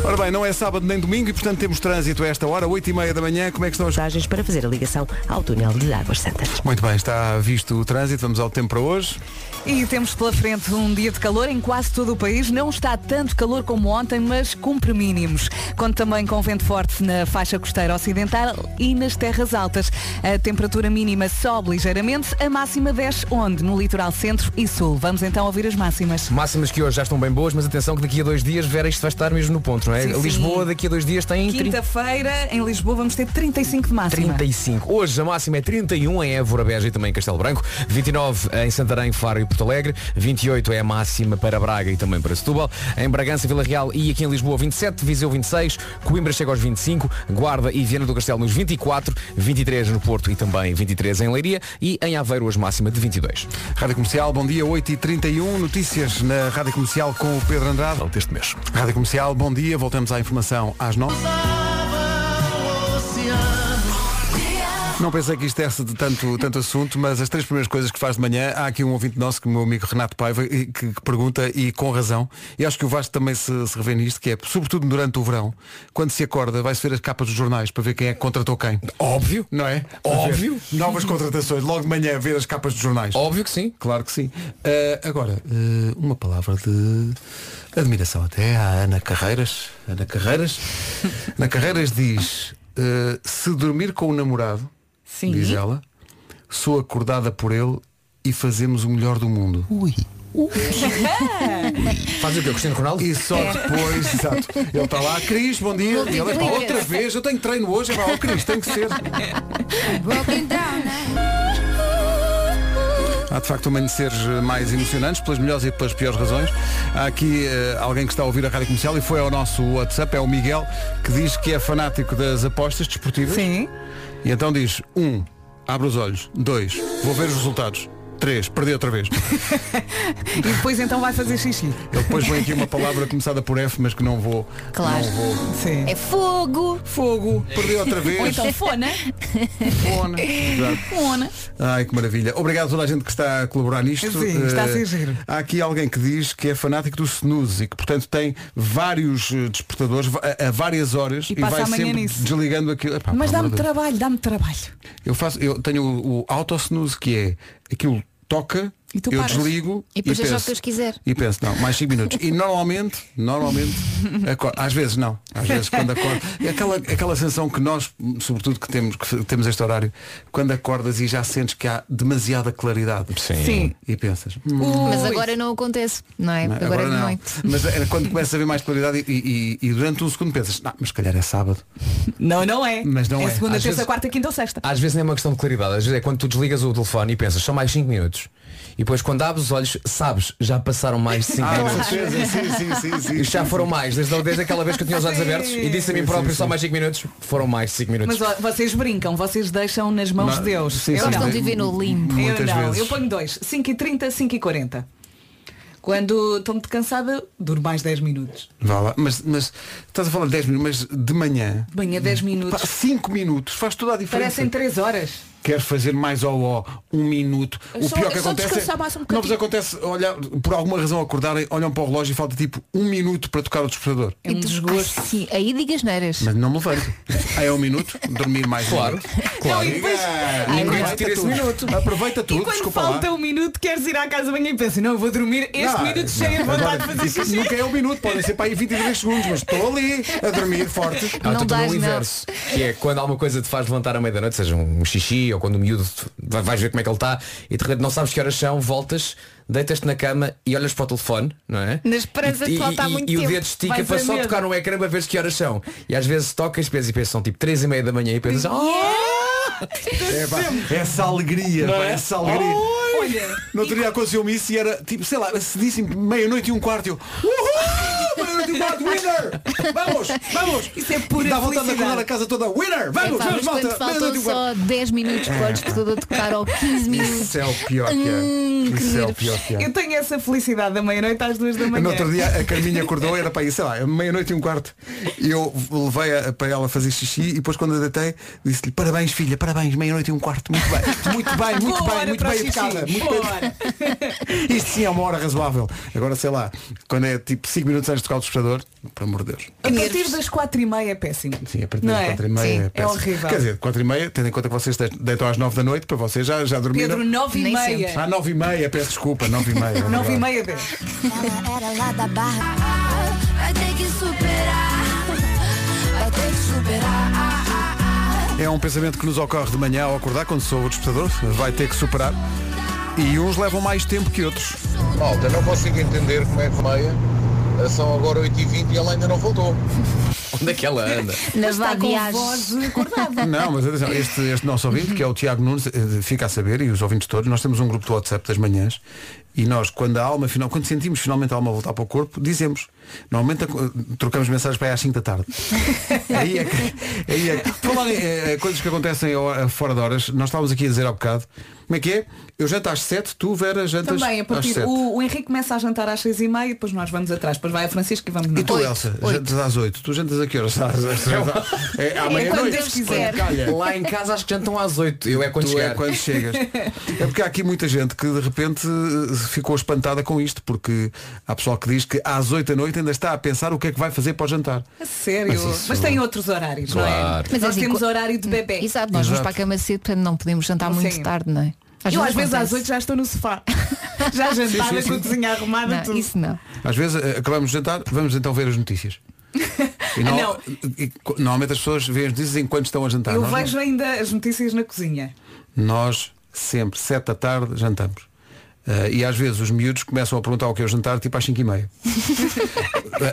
S1: Ora bem, não é sábado nem domingo e portanto temos trânsito a esta hora, 8 e meia da manhã. Como é que estão as
S6: Mensagens para fazer a ligação ao túnel de Águas Santas.
S1: Muito bem, está visto o trânsito, vamos ao tempo para hoje.
S4: E temos pela frente um dia de calor em quase todo o país. Não está tanto calor como ontem, mas cumpre mínimos. Conto também com vento forte na faixa costeira ocidental e nas terras altas. A temperatura mínima sobe ligeiramente, a máxima desce onde? No litoral centro e sul. Vamos então ouvir as máximas.
S3: Máximas que hoje já estão bem boas, mas atenção que daqui a dois dias, Vera, isto vai estar mesmo no ponto, não é?
S4: Sim, sim.
S3: Lisboa daqui a dois dias tem 30...
S4: Quinta-feira em Lisboa vamos ter 35 de máxima.
S3: 35. Hoje a máxima é 31 em Évora, Beja e também em Castelo Branco. 29 em Santarém, Faro e Porto Alegre. 28 é a máxima para Braga e também para Setúbal. Em Bragança, Vila Real e aqui em Lisboa 27, Viseu 26, Coimbra chega aos 25, Guarda e Viana do Castelo nos 24, 23 no Porto e também 23 em Leiria e em Aveiro hoje máxima de 22.
S1: Rádio Comercial, bom dia, 8h31, notícias na Rádio Comercial com o Pedro Andrade.
S2: Deste mês.
S1: Rádio Comercial, bom dia, voltamos à informação às 9. não pensei que isto desse de tanto, tanto assunto, mas as três primeiras coisas que faz de manhã, há aqui um ouvinte nosso, que o meu amigo Renato Paiva, e que, que pergunta, e com razão, e acho que o Vasco também se, se revê nisto, que é, sobretudo durante o verão, quando se acorda, vai-se ver as capas dos jornais para ver quem é que contratou quem. Óbvio. Não é?
S3: Óbvio.
S1: Ver Novas contratações, logo de manhã, ver as capas dos jornais.
S3: Óbvio que sim.
S1: Claro que sim. Ah, agora, eh, uma palavra de admiração até à Ana Carreiras. Ana Carreiras. Ana Carreiras diz, eh, se dormir com o namorado,
S4: Sim.
S1: diz ela, sou acordada por ele e fazemos o melhor do mundo. Ui.
S3: Faz o que? Cristiano Ronaldo?
S1: E só
S3: É.
S1: depois, exato. Ele está lá, Cris, bom dia. E ele é
S3: Multiplica-se.
S1: outra vez, eu tenho treino hoje, é pá, ó, Cris, tem que ser.
S3: né?
S1: Há de facto amanheceres eh, mais emocionantes, pelas melhores e pelas piores razões. Há aqui eh, alguém que está a ouvir a rádio comercial e foi ao nosso WhatsApp, é o Miguel, que diz que é fanático das apostas desportivas.
S4: Sim.
S1: E então diz: um, abre os olhos. dois, vou ver os resultados. três, perdi outra vez.
S4: E depois então vai fazer xixi.
S1: Ele depois vem aqui uma palavra começada por F, mas que não vou.
S5: Claro.
S1: Não vou.
S4: Sim.
S5: É fogo.
S1: Fogo. Perdi outra vez.
S4: Ou então fona.
S5: né?
S1: Fona. Exato.
S5: Fona.
S1: Ai, que maravilha. Obrigado a toda a gente que está a colaborar nisto.
S4: Sim, está a ser
S1: Eh,
S4: giro.
S1: Há aqui alguém que diz que é fanático do snooze e que, portanto, tem vários eh, despertadores va- a, a várias horas
S4: E
S1: e,
S4: passa
S1: vai
S4: a manhã
S1: sempre
S4: nisso.
S1: desligando aquilo. Epá,
S4: Mas
S1: pelo
S4: dá-me
S1: amor de Deus.
S4: trabalho, dá-me trabalho.
S1: Eu, faço, eu tenho o, o auto-snooze, que é aquilo toca,
S4: E tu
S1: eu
S4: paras.
S1: desligo
S5: E depois seja o que
S1: penso.
S5: Deus quiser.
S1: E penso, não, mais 5 minutos. E normalmente, normalmente, acordo. às vezes não. Às vezes quando acordo. É aquela, aquela sensação que nós, sobretudo que temos, que temos este horário, quando acordas e já sentes que há demasiada claridade.
S3: Sim.
S4: Sim.
S1: E pensas. "Hum,
S5: Mas
S4: Ui.
S5: agora não acontece, não é?
S1: "Não,
S5: Agora, de noite.
S1: Mas é quando começa a ver mais claridade e, e- e durante um segundo pensas, não, mas se calhar é sábado.
S4: Não, não é.
S1: Mas não é.
S4: segunda,
S1: Às
S4: terça,
S1: vezes-
S4: quarta, quinta ou sexta.
S3: Às vezes nem é uma questão de claridade, às vezes é quando tu desligas o telefone e pensas, são mais 5 minutos. E depois quando abres os olhos, sabes, já passaram mais de 5
S1: Ah,
S3: minutos.
S1: com certeza, sim, sim, sim, sim.
S3: E já foram mais, desde, desde aquela vez que eu tinha os olhos abertos e disse a mim
S1: Sim,
S3: próprio
S1: sim,
S3: só
S1: sim.
S3: mais 5 minutos, foram mais 5 minutos.
S4: Mas ó, vocês brincam, vocês deixam nas mãos
S1: Não,
S4: de Deus.
S1: sim,
S4: eu
S1: sim,
S4: não.
S5: Estão a viver no limbo.
S4: Eu
S1: Muitas
S4: não.
S1: vezes.
S4: Eu ponho dois. 5 e 30, 5 e 40. Quando estou muito cansada, duro mais 10 minutos.
S1: Vá lá. Mas, mas estás a falar de 10 minutos, mas de manhã.
S4: De manhã 10 minutos.
S1: 5 minutos, faz toda a diferença.
S4: Parecem 3 horas.
S1: quer fazer mais ao ó, um minuto.
S4: Eu
S1: o
S4: só-
S1: pior
S4: eu
S1: que
S4: só
S1: acontece
S4: descansar mais
S1: é,
S4: um bocadinho.
S1: não vos acontece olhar, por alguma razão acordarem, olham para o relógio e falta tipo um minuto para tocar o despertador.
S4: É um
S5: E tu-
S4: desgosto.
S5: Ai, sim, Então, assim, aí digas neiras.
S1: Mas não me levanto. Ah, é um minuto, dormir mais
S3: Claro,
S1: um minuto.
S3: claro.
S4: Não, e depois-
S1: Ah,
S3: Ninguém
S1: aproveita
S3: tira esse
S1: tudo.
S3: minuto.
S1: Aproveita
S4: E
S1: tudo,
S4: quando
S1: desculpa
S4: falta
S1: lá.
S4: um minuto, queres ir à casa amanhã e pensas, não, eu vou dormir este
S1: Não,
S4: minuto
S1: não.
S4: cheio de vontade de
S1: Agora,
S4: fazer
S1: isso
S4: xixi.
S1: Nunca é um minuto, podem ser para aí 23 segundos, mas estou ali a dormir forte.
S3: Ah,
S5: Não
S3: então tu
S5: dás,
S3: no
S5: não.
S3: inverso, que é quando alguma coisa te faz levantar à meia da noite, seja um xixi ou quando o miúdo te- vai- vais ver como é que ele está e de repente não sabes que horas são, voltas, deitas-te na cama e olhas para o telefone, não é?
S5: Na esperança de
S3: E-
S5: que lá
S3: e-
S5: está há
S3: e-
S5: muito
S3: E o
S5: tempo.
S3: dedo estica
S4: Vais
S3: para
S4: a
S3: só
S4: medo.
S3: tocar no ecrã para ver que horas são. E às vezes tocas, pensas e pensas, são tipo 3 e meia da manhã e pensas, "Oh,
S1: É, pá, essa alegria, pá,
S4: é?
S1: essa alegria.
S4: Oh! Olha,
S1: No outro dia aconteceu-me isso e era tipo, sei lá, se disse meia-noite e um quarto, eu. Uhul! Meia-noite e um quarto, winner! Vamos, vamos!
S4: Isso é pura
S1: Dá vontade de
S4: felicidade.
S1: acordar a casa toda, winner!
S5: É
S1: Vamos,
S5: pá,
S1: vamos,
S5: mas
S1: malta!
S5: quando
S1: Meia-noite e
S5: faltam
S1: um quarto.
S5: só 10 minutos para o despertador tocar ou 15 minutos.
S1: Isso é o pior que
S5: Hum,
S1: é.
S5: que
S1: Isso é o
S5: nervos.
S1: pior que é.
S4: eu tenho essa felicidade da meia-noite às duas da manhã.
S1: No outro dia a Carminha acordou, era para ir, sei lá, meia-noite e um quarto. E eu levei-a para ela fazer xixi e depois quando a deitei, disse-lhe, parabéns filha, parabéns, meia-noite e um quarto, muito bem, muito bem, muito
S4: Boa
S1: bem,
S4: hora
S1: muito
S4: para o
S1: bem educada,
S4: xixi.
S1: muito bem.
S4: Boa hora.
S1: Isto sim é uma hora razoável. Agora sei lá, quando é tipo 5 minutos antes de tocar o despertador, por amor de Deus.
S4: A partir das quatro e meia é péssimo.
S1: Sim, a partir
S4: Não
S1: das
S4: é?
S1: 4 e meia
S5: Sim,
S1: é,
S5: é
S1: péssimo.
S4: horrível.
S1: Quer dizer, 4 e meia, tendo em conta que vocês de- deitam às 9 da noite, para vocês já, já dormiram.
S4: Pedro, nove e
S5: Nem
S4: meia.
S5: sempre.
S1: Ah, 9 e meia, peço desculpa, 9 e meia. é
S4: Nove e
S1: obrigado.
S4: meia dez.
S10: Ela era lá da barra. Vai ter que superar. Vai ter que superar.
S1: É um pensamento que nos ocorre de manhã ao acordar quando sou o despertador, vai ter que superar. E uns levam mais tempo que outros.
S11: Malta, não consigo entender como é que meia. São agora 8h20 e ela ainda não voltou.
S3: onde é que ela anda?
S5: Na
S4: Está com
S5: vadiagem.
S4: voz acordada.
S1: Não, mas atenção, este, este nosso ouvinte, que é o Tiago Nunes, eh, fica a saber, e os ouvintes todos, nós temos um grupo do WhatsApp das manhãs E nós, quando a alma final, quando sentimos finalmente a alma voltar para o corpo, dizemos. Normalmente eh, trocamos mensagens para aí às 5 da tarde. aí é que. Aí é que. Por falar em eh, coisas que acontecem a hora- fora de horas, nós estávamos aqui a dizer há bocado. Como é que é? Eu janto às 7, tu, Vera, jantas
S4: Também, a
S1: às
S4: partir
S1: 7.
S4: o, o Henrique começa a jantar às seis e meia, depois nós vamos atrás, depois vai a Francisco e vamos nós.
S1: E tu,
S4: Oito,
S1: Elsa,
S4: oito.
S1: jantas às 8. Tu jantas a que horas? Às- às- às- É, à
S4: É
S1: meia-noite,
S4: quando Deus quiser.
S1: calha.
S3: Lá em casa acho que jantam às 8. Eu é quando
S1: Tu
S3: chegar.
S1: é quando chegas. É porque há aqui muita gente que de repente eh, ficou espantada com isto, porque há pessoal que diz que às 8 da noite ainda está a pensar o que é que vai fazer para o jantar.
S4: A É sério.
S1: Mas isso-
S4: Mas, tem outros horários, não é?
S1: Claro.
S5: Mas
S4: nós
S5: assim,
S4: temos
S5: co-
S4: horário de bebê.
S5: Exato, nós vamos
S1: Exato.
S5: para a cama cedo, portanto não podemos jantar
S4: Sim.
S5: muito tarde, não é?
S4: eu às vezes às
S5: acontece.
S4: 8 já estou no sofá. Já jantada
S1: Sim, sim,
S4: com a
S1: sim.
S4: cozinha arrumada.
S5: Não,
S4: tudo.
S5: isso não.
S1: Às vezes eh, acabamos de jantar, vamos então ver as notícias. E no-
S4: Não.
S1: e co- normalmente as pessoas veem as notícias enquanto estão a jantar.
S4: eu
S1: Nós não.
S4: vejo ainda as notícias na cozinha.
S1: Nós sempre, 7 da tarde, jantamos. Ah, e às vezes os miúdos começam a perguntar o que é o jantar tipo às 5 e meia.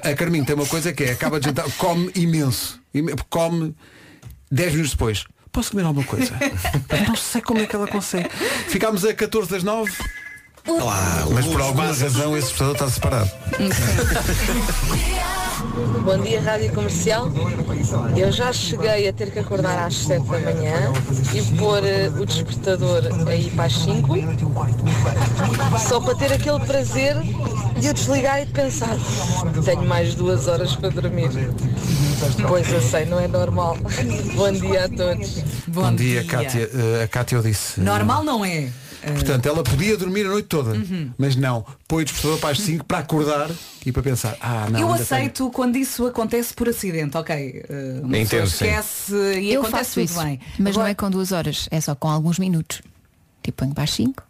S1: a, a Carminho tem uma coisa que é, acaba de jantar, come imenso. Ime- Come 10 minutos depois. Posso comer alguma coisa? Não sei como é que ela consegue. Ficámos a 14 das 9. mas por alguma razão esse espectador está separado.
S12: Bom dia, Rádio Comercial. Eu já cheguei a ter que acordar às 7 da manhã e pôr eh, o despertador aí para as 5, só para ter aquele prazer de eu desligar e de pensar, tenho mais duas horas para dormir. Pois eu sei, não é normal. Bom dia a todos.
S1: Bom, Um dia, Cátia. Ah, a Cátia eu disse.
S4: Normal não é.
S1: Portanto, ela podia dormir a noite toda, mas não. Põe o despertador para as 5 para acordar e para pensar. Ah, não.
S4: eu
S1: ainda tenho-
S4: aceito quando isso acontece por acidente, ok. Uh, uma pessoa
S1: Entendo, É sim.
S4: esquece e
S5: eu
S4: acontece
S5: faço
S4: tudo
S5: isso,
S4: bem.
S5: mas não é com duas horas, é só com alguns minutos. Tipo, ponho para as 5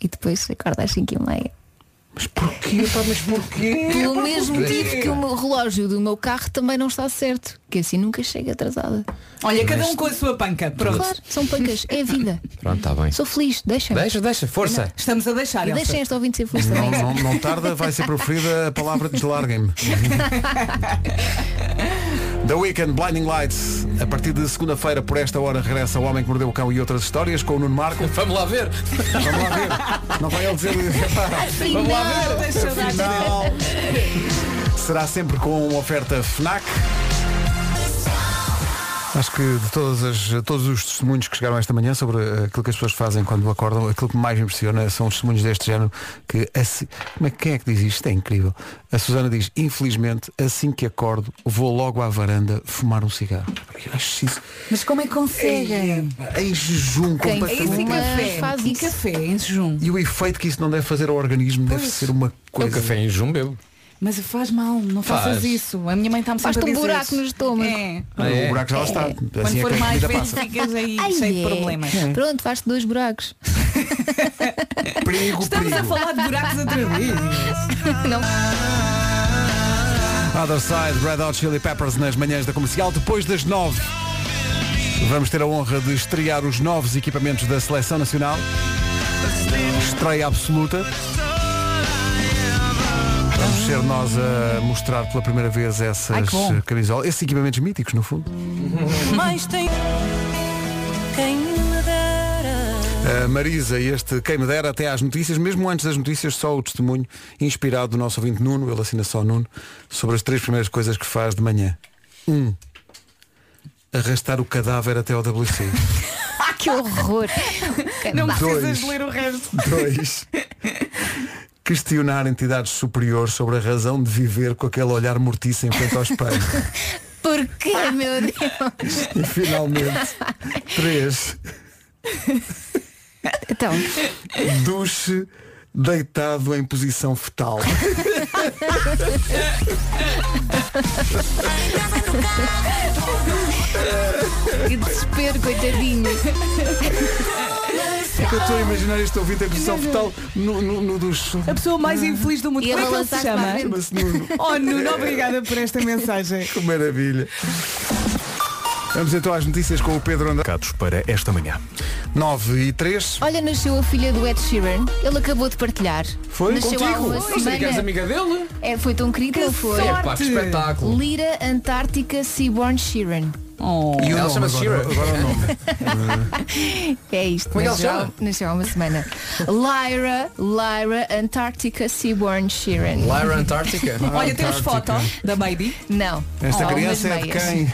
S5: e depois acordo às 5 e meia.
S1: Porquê, pá, mas porquê?
S5: Pelo mesmo motivo que o meu relógio do meu carro também não está certo, que assim nunca chega atrasada.
S4: Olha, cada um com a sua panca. Pronto.
S5: Claro, são pancas, é a vida.
S3: Pronto,
S1: tá
S3: está bem.
S5: Sou feliz, deixa-me.
S3: Deixa, deixa, força.
S4: Estamos a deixar.
S5: E
S4: Elsa.
S5: deixem este ouvinte ser feliz
S1: Não,
S5: também.
S1: não, não tarda, vai ser proferida a palavra deslarguem-me. The Weekend Blinding Lights. A partir de segunda-feira, por esta hora, regressa O Homem que Mordeu o Cão e outras histórias com o Nuno Marco.
S3: Vamos lá ver.
S1: Vamos lá ver. Não vai ele dizer. "Epá,
S10: Vamos lá ver. Deixa eu dar
S1: Afinal. Será sempre com uma oferta FNAC. Acho que de todas as- todos os testemunhos que chegaram esta manhã sobre eh, aquilo que as pessoas fazem quando acordam, aquilo que mais me impressiona são os testemunhos deste género que assim, como é, quem é que diz isto? É incrível. A Susana diz, infelizmente, assim que acordo, vou logo à varanda fumar um cigarro. Eu acho isso
S4: Mas como é que conseguem?
S1: em jejum
S4: Quem
S1: completamente.
S4: fuma café, faz e café em jejum.
S1: E o efeito que isso não deve fazer ao organismo deve
S4: Pois.
S1: ser uma coisa.
S3: café em jejum bebo.
S4: Mas faz mal, não
S3: Faz.
S4: faças isso. A minha mãe está-me sempre
S5: Faz-te
S4: a
S5: um
S4: dizer
S5: buraco no estômago.
S4: É.
S1: Ah, é? O buraco já lá está. Assim é
S4: Quando
S1: que
S4: for
S1: a
S4: mais
S1: comida
S4: vezes
S1: passa. um
S4: ficas aí
S5: Ai,
S4: cheio
S5: é.
S4: de problemas.
S5: Pronto, faz-te dois buracos.
S1: Perigo,
S4: Estamos a
S1: perigo.
S4: falar de buracos outra vez.
S5: Não.
S1: Other Side, Red Hot Chili Peppers nas manhãs da comercial, depois das nove Vamos ter a honra de estrear os novos equipamentos da Seleção Nacional. Estreia absoluta. Vamos ser nós a mostrar pela primeira vez essas
S10: Ai, que bom.
S1: camisolas, esses equipamentos míticos, no fundo.
S10: Mas tem quem me dera.
S1: A Marisa, e este quem me dera até às notícias, mesmo antes das notícias, só o testemunho inspirado do nosso ouvinte Nuno, ele assina só Nuno, sobre as três primeiras coisas que faz de manhã. Um, arrastar o cadáver até ao WC.
S5: Ah, que horror!
S4: Não
S1: Dois.
S4: precisas ler o resto.
S1: Dois, questionar entidades superiores sobre a razão de viver com aquele olhar mortiço em frente ao espelho.
S5: Porquê, meu Deus?
S1: E finalmente, três,
S5: Então,
S1: duche deitado em posição fetal.
S5: que desespero, coitadinho.
S1: É que Eu estou a imaginar este ouvinte em posição fetal no, no, no duche.
S4: A pessoa mais infeliz do mundo.
S5: E
S4: Como é que ele se
S5: balançar-se para a
S4: chama?
S5: frente.
S1: Chama-se Nuno.
S4: Oh Nuno, obrigada por esta mensagem.
S1: Que maravilha. Vamos então às notícias com o Pedro Andrade.
S2: para esta manhã.
S1: 9 e 3.
S5: Olha, nasceu a filha do Ed Sheeran. Ele acabou de partilhar.
S1: Foi?
S5: nasceu há
S1: Contigo?
S5: uma
S1: Eu
S3: sabia que
S5: semana.
S3: eras amiga dele.
S5: É, foi tão querido que ele foi.
S3: sorte! Epá, que espetáculo.
S5: Lira Antártica Seaborn Sheeran.
S4: Oh.
S1: E o
S3: Ela
S1: nome
S3: chama-se
S1: agora,
S3: Sheeran.
S1: agora o nome.
S5: É isto,
S3: Como é que
S5: nasceu,
S3: ele chama?
S5: nasceu há uma semana. Lyra, Lyra Antarctica Seaborn Sheeran.
S3: Lyra Antarctica?
S4: Olha, temos foto da Baby?
S5: Não.
S1: Esta
S5: Oh,
S1: criança é
S5: umas
S1: de
S5: meias.
S1: quem?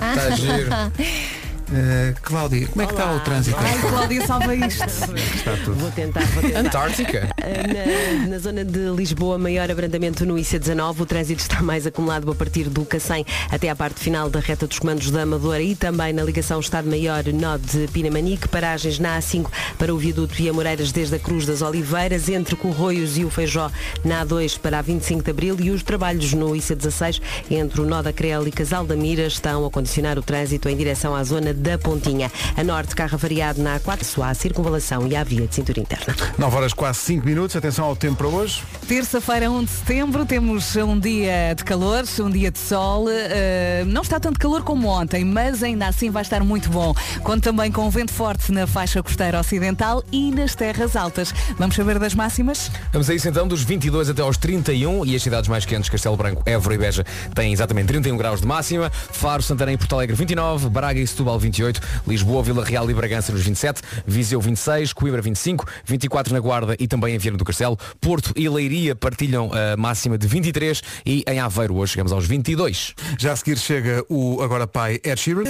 S3: Ah,
S1: Tá giro. Eh, Cláudia, como é que está o trânsito?
S6: Ai,
S4: Cláudia, salva isto.
S1: Está tudo.
S6: Vou tentar, vou tentar.
S3: Antártica?
S6: Ah, Na, na zona de Lisboa, maior abrandamento no IC19. O trânsito está mais acumulado a partir do Cacém até à parte final da reta dos comandos da Amadora e também na ligação Estado-Maior Nó de Pinamanique. Paragens na A5 para o Viaduto e Amoreiras desde a Cruz das Oliveiras, entre Corroios e o Feijó na A2 para a 25 de Abril e os trabalhos no IC16 entre o Nó da Creel e Casal da Mira estão a condicionar o trânsito em direção à zona da Pontinha. A Norte, carro variado na A4 Soá, Circunvalação e à Via de Cintura Interna.
S1: 9 horas quase 5 minutos, atenção ao tempo para hoje.
S4: Terça-feira, 1 de setembro, temos um dia de calor, um dia de sol. Eh, não está tanto calor como ontem, mas ainda assim vai estar muito bom. Conto também com um vento forte na faixa costeira ocidental e nas terras altas. Vamos saber das máximas?
S3: Vamos a isso então, dos 22 até aos 31 e as cidades mais quentes, Castelo Branco, Évora e Beja, têm exatamente 31 graus de máxima, Faro, Santarém e Porto Alegre 29, Braga e Setúbal 28, Lisboa, Vila Real e Bragança nos 27, Viseu 26, Coimbra 25, 24 na Guarda e também em Viana do Castelo, Porto e Leiria partilham a máxima de 23 e em Aveiro hoje chegamos aos 22.
S1: Já a seguir chega o agora pai Ed Sheeran.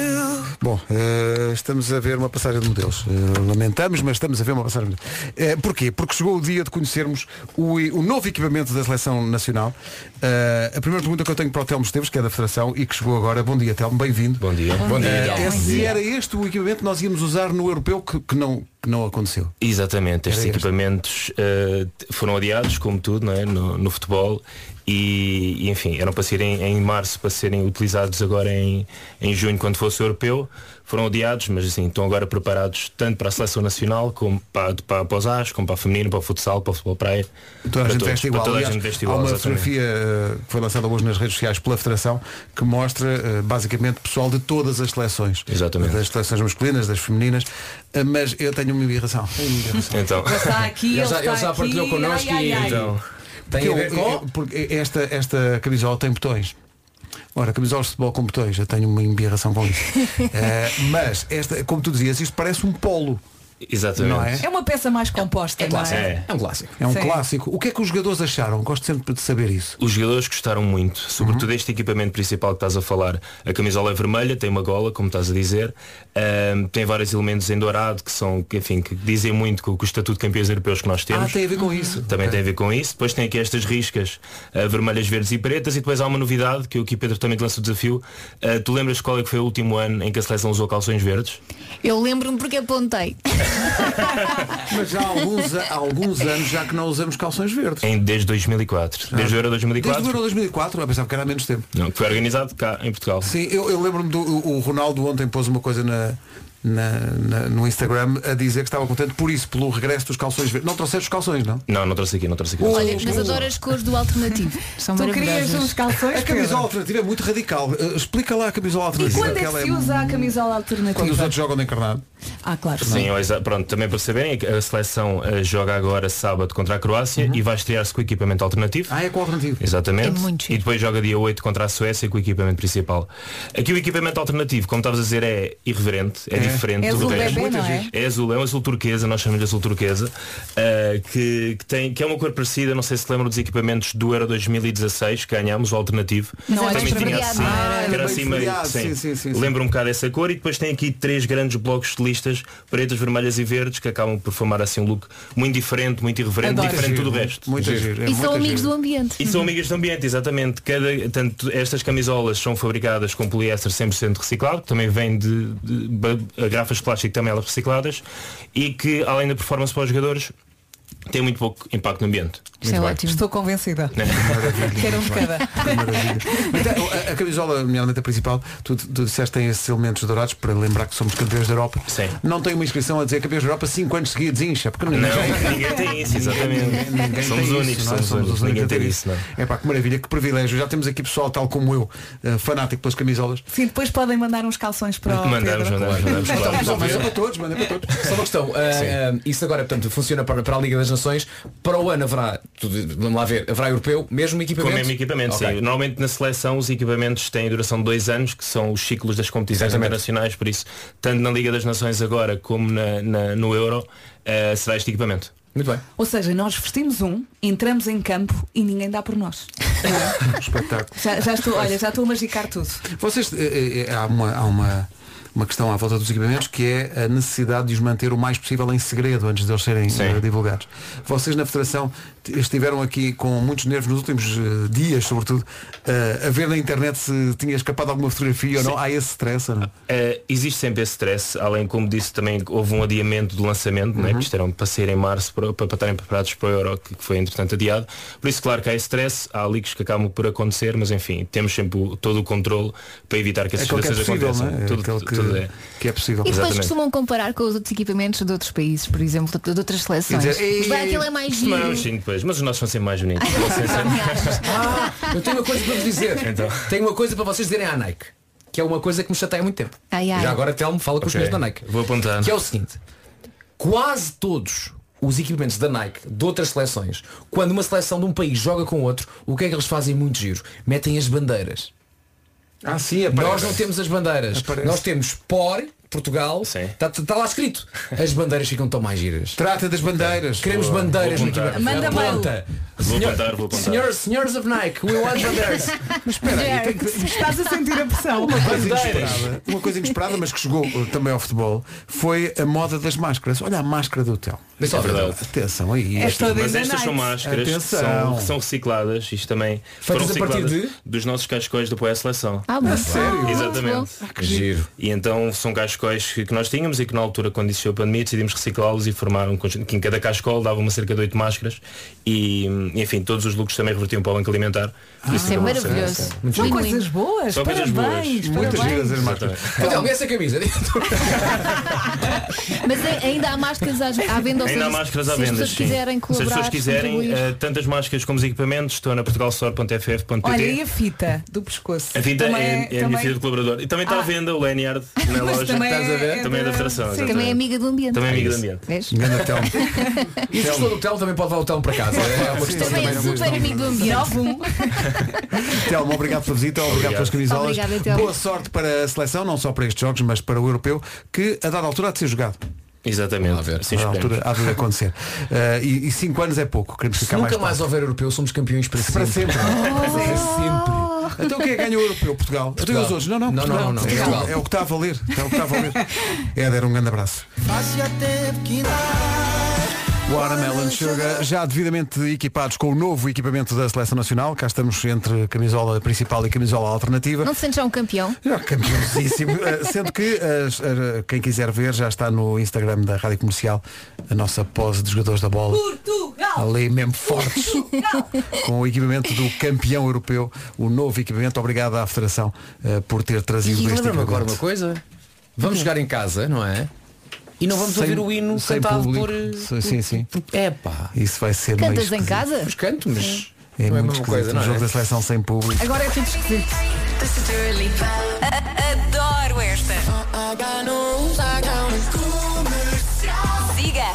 S1: Bom, eh, estamos a ver uma passagem de modelos. Eh, lamentamos, mas estamos a ver uma passagem de modelos. Eh, porquê? Porque chegou o dia de conhecermos o, o novo equipamento da Seleção Nacional. Eh, a primeira pergunta que eu tenho para o Telmo Esteves, que é da Federação e que chegou agora. Bom dia, Telmo, bem-vindo. Bom dia.
S13: Bom dia, Telmo. Bom
S1: se
S13: dia.
S1: era este o equipamento que nós íamos usar no europeu que, que não, que não aconteceu.
S13: Exatamente, estes
S1: Era este.
S13: equipamentos eh, foram adiados, como tudo, não é? no, no futebol e, e, enfim, eram para serem em março para serem utilizados agora em, em junho quando fosse o europeu, foram adiados, mas assim, estão agora preparados tanto para a seleção nacional como para, para, para os AS, como para a feminino, para o futsal, para o futebol praia.
S1: Toda a gente
S13: para todos,
S1: veste
S13: para
S1: igual.
S13: toda a
S1: Aliás,
S13: gente
S1: há
S13: veste igual,
S1: uma
S13: exatamente.
S1: fotografia eh, que foi lançada hoje nas redes sociais pela Federação que mostra eh, basicamente pessoal de todas as seleções. Exatamente. Das seleções masculinas, das femininas. Eh, Mas eu tenho uma irritação.
S13: Então.
S4: Ele está Tá aqui, ele está aqui. Ai, ai, ai.
S1: Porque
S3: então, Tem a
S1: eu-
S3: ver com-
S1: eu- porque esta, esta camisola tem botões. Ora, camisolas de futebol com botões, eu tenho uma embirração com isso. Eh, mas, esta, como tu dizias, isto parece um polo.
S13: Exatamente.
S1: Não é?
S4: É uma peça mais composta, não é?
S1: um clássico. É um
S13: Sim.
S1: clássico. O que é que os jogadores acharam? Gosto sempre de saber isso.
S13: Os jogadores gostaram muito, sobretudo
S1: Uhum.
S13: este equipamento principal que estás a falar. A camisola é vermelha, tem uma gola, como estás a dizer, ahm, tem vários elementos em dourado que são, que, enfim, que dizem muito com o estatuto de campeões europeus que nós temos.
S1: Ah, tem a ver com isso.
S13: Também tem a ver com isso. Depois tem aqui estas riscas ah, vermelhas, verdes e pretas e depois há uma novidade que o aqui Pedro também te lança o desafio. Ah, tu lembras qual é que foi o último ano em que a seleção usou calções verdes?
S5: Eu lembro-me porque apontei.
S1: Mas já há alguns, há alguns anos já que não usamos calções verdes.
S13: Em, desde 2004. Desde o Euro 2004.
S1: Ah. Desde o Euro 2004, eu pensava que era há menos tempo.
S13: Não, que foi organizado cá em Portugal.
S1: Sim, eu, eu lembro-me do o o Ronaldo ontem pôs uma coisa na, na- na- no Instagram a dizer que estava contente por isso, pelo regresso dos calções verdes. Não trouxeste os calções, não?
S13: Não, não trouxe aqui, não trouxe aqui. não
S5: Olha,
S13: trouxe
S5: mas
S13: aqui.
S5: adoro as cores do alternativo. São
S4: Tu
S5: maravilhosas.
S4: querias uns calções?
S1: A camisola alternativa é muito radical. Uh, explica lá a camisola
S4: E
S1: alternativa.
S4: quando é
S1: ela
S4: que se usa a camisola alternativa?
S1: Quando os outros jogam de encarnado.
S4: Ah, claro.
S13: Sim,
S1: é?
S13: ou exa- pronto, também para saberem, a seleção eh, joga agora sábado contra a Croácia e vai estrear-se com o equipamento alternativo.
S1: Uhum. Ah, é com o alternativo.
S13: Exatamente.
S1: É muito
S13: e depois joga dia 8 contra a Suécia com o equipamento principal. Aqui o equipamento alternativo, como estavas a dizer, é irreverente, é,
S14: É.
S13: diferente
S14: É
S13: do
S14: azul
S13: resto.
S14: bebê, não é?
S13: É azul, é um azul turquesa, nós chamamos de azul turquesa, eh, que, que tem, que é uma cor parecida, não sei se lembram dos equipamentos do Euro 2016 que ganhámos, o alternativo.
S14: Não, era
S13: Também
S14: bem
S13: tinha
S14: feriado,
S13: assim,
S14: não era? Ah,
S13: que
S14: era
S13: era
S14: bem
S13: assim meio.
S14: feriado,
S13: sim.
S14: sim, sim, sim, sim.
S13: Lembra um bocado essa cor e depois tem aqui três grandes blocos de listas, pretas, vermelhas e verdes, que acabam por formar assim um look muito diferente, muito irreverente,
S1: Adoro.
S13: É diferente de tudo o
S1: Giro,
S13: resto.
S1: muito giro, é
S5: E são amigos do ambiente.
S13: E são amigas do ambiente, exatamente. Cada, tanto estas camisolas são fabricadas com poliéster 100% reciclado, que também vem de, de, ba- garrafas de plástico também elas recicladas, e que além da performance para os jogadores, tem muito pouco impacto no ambiente.
S4: Isto é
S13: Muito bem.
S4: ótimo. Estou convencida. Quero um de cada.
S1: Então, a, a camisola, nomeadamente a principal, tu, tu disseste tem esses elementos dourados para lembrar que somos campeões da Europa.
S13: Sim.
S1: Não tem uma inscrição a dizer campeões da Europa 5 anos seguidos, incha, porque
S13: Não,
S1: ninguém,
S13: ninguém tem isso, exatamente.
S1: Ninguém- ninguém
S13: Somos
S1: tem
S13: únicos,
S1: isso, não é?
S13: somos únicos,
S1: a
S13: ninguém
S1: ter
S13: tem isso, não
S1: É pá, que maravilha, que privilégio. Já temos aqui pessoal tal como eu, eh, fanático pelas camisolas.
S4: Sim, depois podem mandar uns calções para o
S1: Mandamos,
S4: Pedro.
S1: mandamos, mandamos,
S4: Então,
S1: claro.
S4: vamos lá.
S1: Manda para todos, manda para todos.
S3: eh, Só uma questão, ah, ah, isso agora portanto, funciona para, para a Liga das Nações. Para o ano haverá, tudo- vamos lá ver, haverá europeu, mesmo
S13: Com
S3: equipamento?
S13: o mesmo equipamento,
S3: Ok.
S13: sim. Normalmente na seleção os equipamentos têm duração de dois anos, que são os ciclos das competições
S3: Exatamente.
S13: internacionais, por isso, tanto na Liga das Nações agora como na- na- no Euro, eh, será este equipamento.
S3: Muito bem.
S4: Ou seja, nós vestimos um, entramos em campo e ninguém dá por nós.
S1: Espetáculo.
S4: Já, já estou, olha, já estou a magicar tudo.
S1: Vocês, eh, eh, há, uma, há uma, uma questão à volta dos equipamentos que é a necessidade de os manter o mais possível em segredo antes de eles serem eh, divulgados. Vocês na Federação t- estiveram aqui com muitos nervos nos últimos eh, dias, sobretudo, eh, a ver na internet se tinha escapado alguma fotografia ou não. Há esse stress ou não?
S13: Eh, existe sempre esse stress, além como disse também que houve um adiamento do lançamento,
S1: Uhum.
S13: né, que estarão para sair em março para, para, para estarem preparados para o Euro, que, que foi entretanto adiado. Por isso claro que há esse stress, há leaks que acabam por acontecer, mas enfim, temos sempre o- todo o controle para evitar que
S1: É
S13: essas
S1: aquele que é
S13: coisas
S1: possível,
S13: aconteçam.
S1: não é? É
S13: Tudo,
S1: aquele que,
S13: tudo é.
S1: que é possível.
S5: E depois costumam comparar com os outros equipamentos de outros países, por exemplo, de outras seleções. Bem, aquilo é mais giro.
S13: Não, sim, depois, mas os nossos são sempre mais bonitos. Vou ser sincero.
S3: Eu tenho uma coisa para vos dizer.
S13: Então.
S3: Tenho uma coisa para vocês dizerem à Nike. Que é uma coisa que me chateia há muito tempo.
S5: Ai, ai.
S3: Já agora Telmo fala com os
S13: Ok,
S3: meus da Nike.
S13: Vou apontar.
S3: Que é o seguinte. Quase todos os equipamentos da Nike, de outras seleções, quando uma seleção de um país joga com outro, o que é que eles fazem muito giro? Metem as bandeiras.
S1: Ah, sim,
S3: Nós não temos as bandeiras. Nós temos POR, Portugal. Está lá escrito. As bandeiras ficam tão mais giras.
S1: Trata é das bandeiras.
S3: Queremos
S1: Boa.
S3: bandeiras
S1: Vou
S3: no
S1: apontar.
S3: equipamento.
S1: Manda mail.
S3: Aponta.
S13: Vou
S3: Senhor-
S13: apontar, vou apontar.
S3: senhor- Senhores of Nike, we want bandeiras.
S1: Mas espera aí, tem É que-
S4: Estás a sentir a pressão.
S1: Uma coisa,
S3: Bandeiras.
S1: inesperada, uma coisa inesperada, mas que chegou eh, também ao futebol, foi a moda das máscaras. Olha a máscara do hotel.
S13: Isso é verdade.
S1: Atenção aí.
S5: É
S13: Mas estas são máscaras que
S1: Atenção.
S13: são, que são recicladas. Isto também
S1: Feitas
S13: foram
S1: a partir
S13: recicladas dos nossos cascóis do Apoio à Seleção.
S5: Ah, mas A sério?
S13: Exatamente.
S5: Ah,
S3: que giro.
S13: E então são cascóis que, que nós tínhamos e que na altura, quando existiu a pandemia, decidimos reciclá-los e formar um conjunto que em cada cascol dava uma cerca de oito máscaras e, enfim, todos os lucros também revertiam para o banco alimentar. Por
S5: Isso é
S13: acabou sendo-
S5: maravilhoso.
S13: Muito
S4: São
S13: giro.
S4: coisas boas.
S13: São coisas
S4: parabéns.
S13: boas.
S4: parabéns.
S3: Então, essa camisa.
S5: Mas a- ainda há máscaras às- à venda. ou
S13: Ainda há
S5: seja,
S13: máscaras à
S5: Então, se as
S13: venda.
S5: pessoas
S13: sim.
S5: quiserem
S13: se as
S5: colaborar,
S13: pessoas quiserem,
S5: contribuir.
S13: eh, tantas máscaras como os equipamentos, estou na portugalsor.ff.pt.
S4: Olha, e a fita do pescoço?
S13: A vinda
S4: Também
S13: é, é a minha
S4: também-
S13: filha de colaborador. E também está
S4: Ah.
S13: à venda o Lanyard na
S4: Mas
S13: loja.
S4: também
S13: Estás a ver?
S4: é
S13: Também é da
S4: da-
S13: Federação.
S5: Sim, também é amiga do ambiente.
S13: Também é amiga do ambiente.
S5: Vês?
S3: E se gostou do Telmo, também pode levar o Telmo para casa. É uma questão
S5: Também é
S3: também.
S5: super amigo do ambiente.
S1: Telmo, obrigado pela visita, obrigado,
S13: Obrigado.
S1: pelas camisolas.
S5: Obrigada, Telmo.
S1: Boa sorte para a seleção, não só para estes jogos, mas para o europeu, que a dada altura há de ser jogado.
S13: Exatamente.
S1: a
S13: Assim
S1: dada
S13: esperemos.
S1: altura há de acontecer. Eh, e, e cinco anos é pouco, queremos
S3: Se
S1: ficar
S3: nunca
S1: mais
S3: mais houver europeu, somos campeões para sempre.
S1: Para sempre.
S5: Oh.
S3: Para sempre.
S1: perto. Então quem é que ganha o europeu? Portugal. Portugal.
S3: Portugal.
S1: os outros? Não, não,
S3: Não, não,
S1: Portugal. É,
S3: não, não,
S1: o-
S3: Portugal.
S1: é o que está a valer. É o que está a valer. Éder, um grande abraço.
S7: Fazia tempo que
S1: Watermelon Sugar, já devidamente equipados com o novo equipamento da Seleção Nacional, cá estamos entre camisola principal e camisola alternativa.
S5: Não se sente já um campeão?
S1: Já campeoníssimo. Eh, Sendo que as- as- quem quiser ver já está no Instagram da Rádio Comercial a nossa pose de jogadores da bola.
S4: Portugal!
S1: Ali mesmo fortes. Com o equipamento do campeão europeu, o novo equipamento. Obrigado à Federação eh, por ter trazido
S3: E
S1: este
S3: lembra-me
S1: equipamento.
S3: agora uma coisa. Vamos jogar em casa, não é? E não vamos
S1: Hum. Sem-
S3: ouvir o hino
S1: sem
S3: cantado
S1: público.
S3: por.
S1: Sim, sim, sim.
S3: É pá.
S1: Isso vai ser meio
S5: Cantas em
S1: esquisito.
S5: casa?
S3: Pois canto, mas.
S1: É
S3: Não é a
S1: muito
S3: mesma
S1: esquisito.
S3: coisa, não
S1: um
S3: é?
S1: jogo da seleção sem público.
S4: Agora é tudo esquisito.
S10: Adoro esta. Siga.